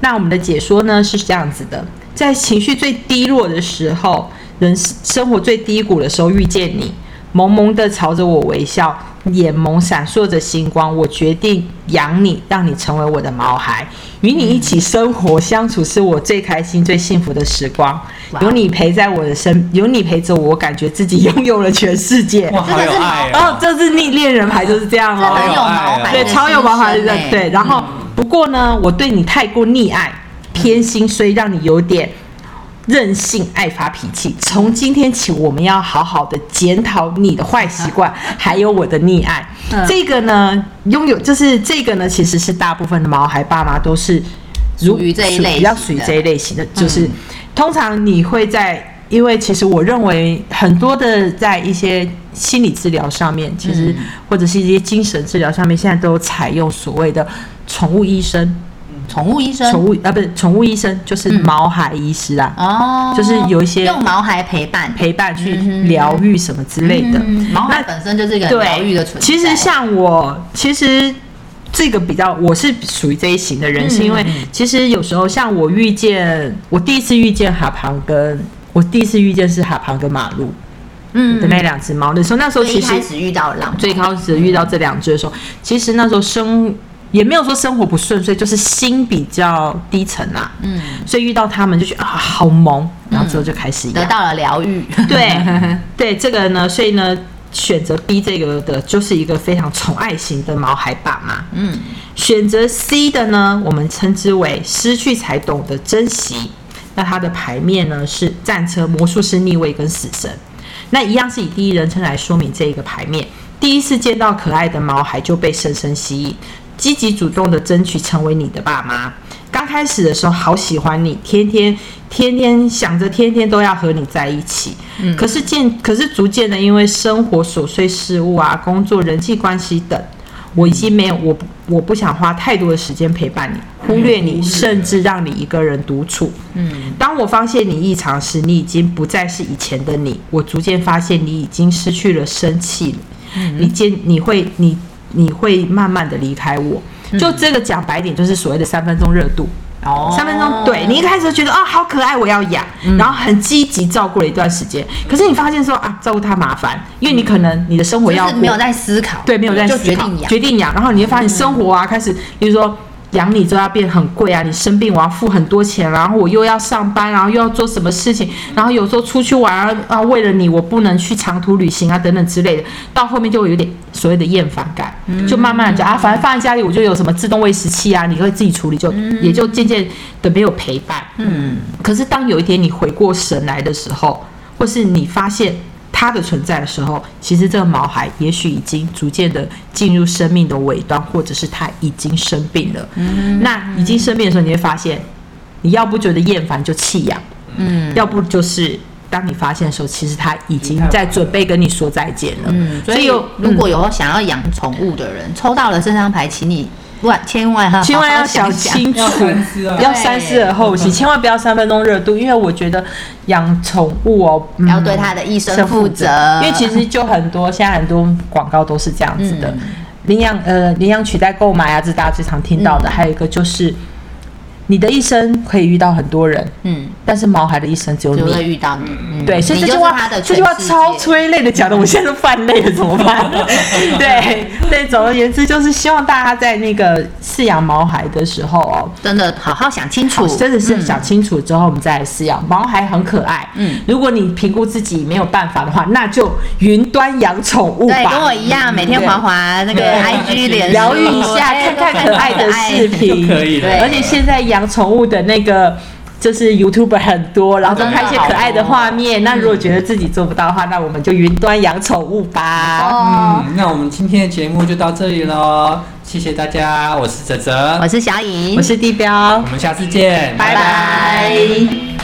那我们的解说呢是这样子的：在情绪最低落的时候，人生活最低谷的时候遇见你，萌萌的朝着我微笑，眼眸闪烁着星光。我决定养你，让你成为我的毛孩，与你一起生活相处是我最开心、最幸福的时光。哇有你陪在我的身，有你陪着我，我感觉自己拥有了全世界。哇，好有爱哦，哦，这是逆恋人牌就是这样这很 哦有。毛白孩，对，超有毛孩的，对。然后不过呢，我对你太过溺爱、偏心，所以让你有点任性、爱发脾气。从今天起，我们要好好的检讨你的坏 习惯，还有我的溺爱。嗯这个呢，拥有就是这个呢，其实是大部分的毛孩爸妈都是如属于这一类比较属型于的嗯这一类型的，就是、通常你会在。因为其实我认为很多的在一些心理治疗上嗯面，其实或者是一些精神治疗上面，现在都有采用所谓的宠物医生，宠物医生，宠物啊不是宠物医生，就是嗯毛孩医师啊，哦，就是有一些用毛孩陪伴陪伴去嗯哼疗愈什么之类的。嗯毛孩那本身就是一个很对，疗愈的存在。其实像我，其实这个比较，我是属于这一型的人，嗯是因为其实有时候像我遇见，我第一次遇见哈庞跟我第一次遇见是哈庞跟马路嗯的那两只猫的时候，那时候所以其一实开始遇到狼，最啊开始遇到这两只的时候，其实那时候生也没有说生活不顺遂，就是心比较低沉啦、嗯，所以遇到他们就觉得啊好萌，然后之后就开始养得到了疗愈， 对对，这个呢，所以呢，选择 B 这个的就是一个非常宠爱型的毛孩爸妈。嗯，选择 C 的呢，我们称之为失去才懂得珍惜。那它的牌面呢是战车、魔术师逆位跟死神。那一样是以第一人称来说明这一个牌面。第一次见到可爱的毛孩就被深深吸引，积极主动的争取成为你的爸妈。刚开始的时候好喜欢你，天天天天想着天天都要和你在一起。嗯、可是渐可是逐渐的，因为生活琐碎事务啊、工作、人际关系等，我已经没有我不我不想花太多的时间陪伴你，嗯忽略你，甚至让你一个人独处。嗯，当我发现你异常时，你已经不再是以前的你，我逐渐发现你已经失去了生气了。你渐你会你你会慢慢的离开我。就这个讲白点，就是所谓的三分钟热度。哦三分钟，对你一开始觉得啊、好可爱，我要养，然后很积极照顾了一段时间，可是你发现说啊照顾它麻烦，因为你可能你的生活要就是没有过在思考，对，没有在就思决考定养，嗯决定养，然后你会发现生活啊、开始，比如说养你就要变很贵啊，你生病我要付很多钱，啊然后我又要上班，然后又要做什么事情，然后有时候出去玩啊，啊为了你我不能去长途旅行啊等等之类的，到后面就会有点所所谓的厌烦感，嗯就慢慢地讲啊，反正放在家里我就有什么自动喂食器啊，你会自己处理就，嗯也就渐渐的没有陪伴。嗯，可是当有一天你回过神来的时候，或是你发现它的存在的时候，其实这个毛孩也许已经逐渐的进入生命的尾端，或者是它已经生病了。嗯，那已经生病的时候，你会发现，你要不觉得厌烦就弃养，嗯，要不就是。当你发现的时候，其实它已经在准备跟你说再见了。嗯，所以如果有想要养宠物的人，抽到了这张牌，请你万千万哈，千万好要好想想想清楚要三思啊，要三思而后行，千万不要三分钟热度，因为我觉得养宠物哦，嗯要对他的一生负责，因为其实就很多现在很多广告都是这样子的嗯，领养呃领养取代购买啊，这是大家最常听嗯到的。还有一个就是，你的一生可以遇到很多人，嗯，但是毛孩的一生只有就你会。遇到你，嗯对，所以这句你就是他话的这句话全世界超催泪的，讲的我现在都犯泪了，怎么 办？对对，总而言之就是希望大家在那个饲养毛孩的时候哦，真的好好想清楚，真的是想清楚之后，我们再来饲养。毛孩很可爱，嗯嗯，如果你评估自己没有办法的话，那就云端养宠物对，吧，跟我一样，每天滑滑那个对 IG 脸书，疗愈一下，哎看看可爱的视，频就可以了对而且现在养宠物的那个。就是 YouTuber 很多，然后真的看一些可爱的好多画面。那如果觉得自己做不到的话，那我们就云端养宠物吧。哦，嗯，那我们今天的节目就到这里喽，谢谢大家，我是哲哲我，是小颖，我是地标我，们下次见，拜拜拜拜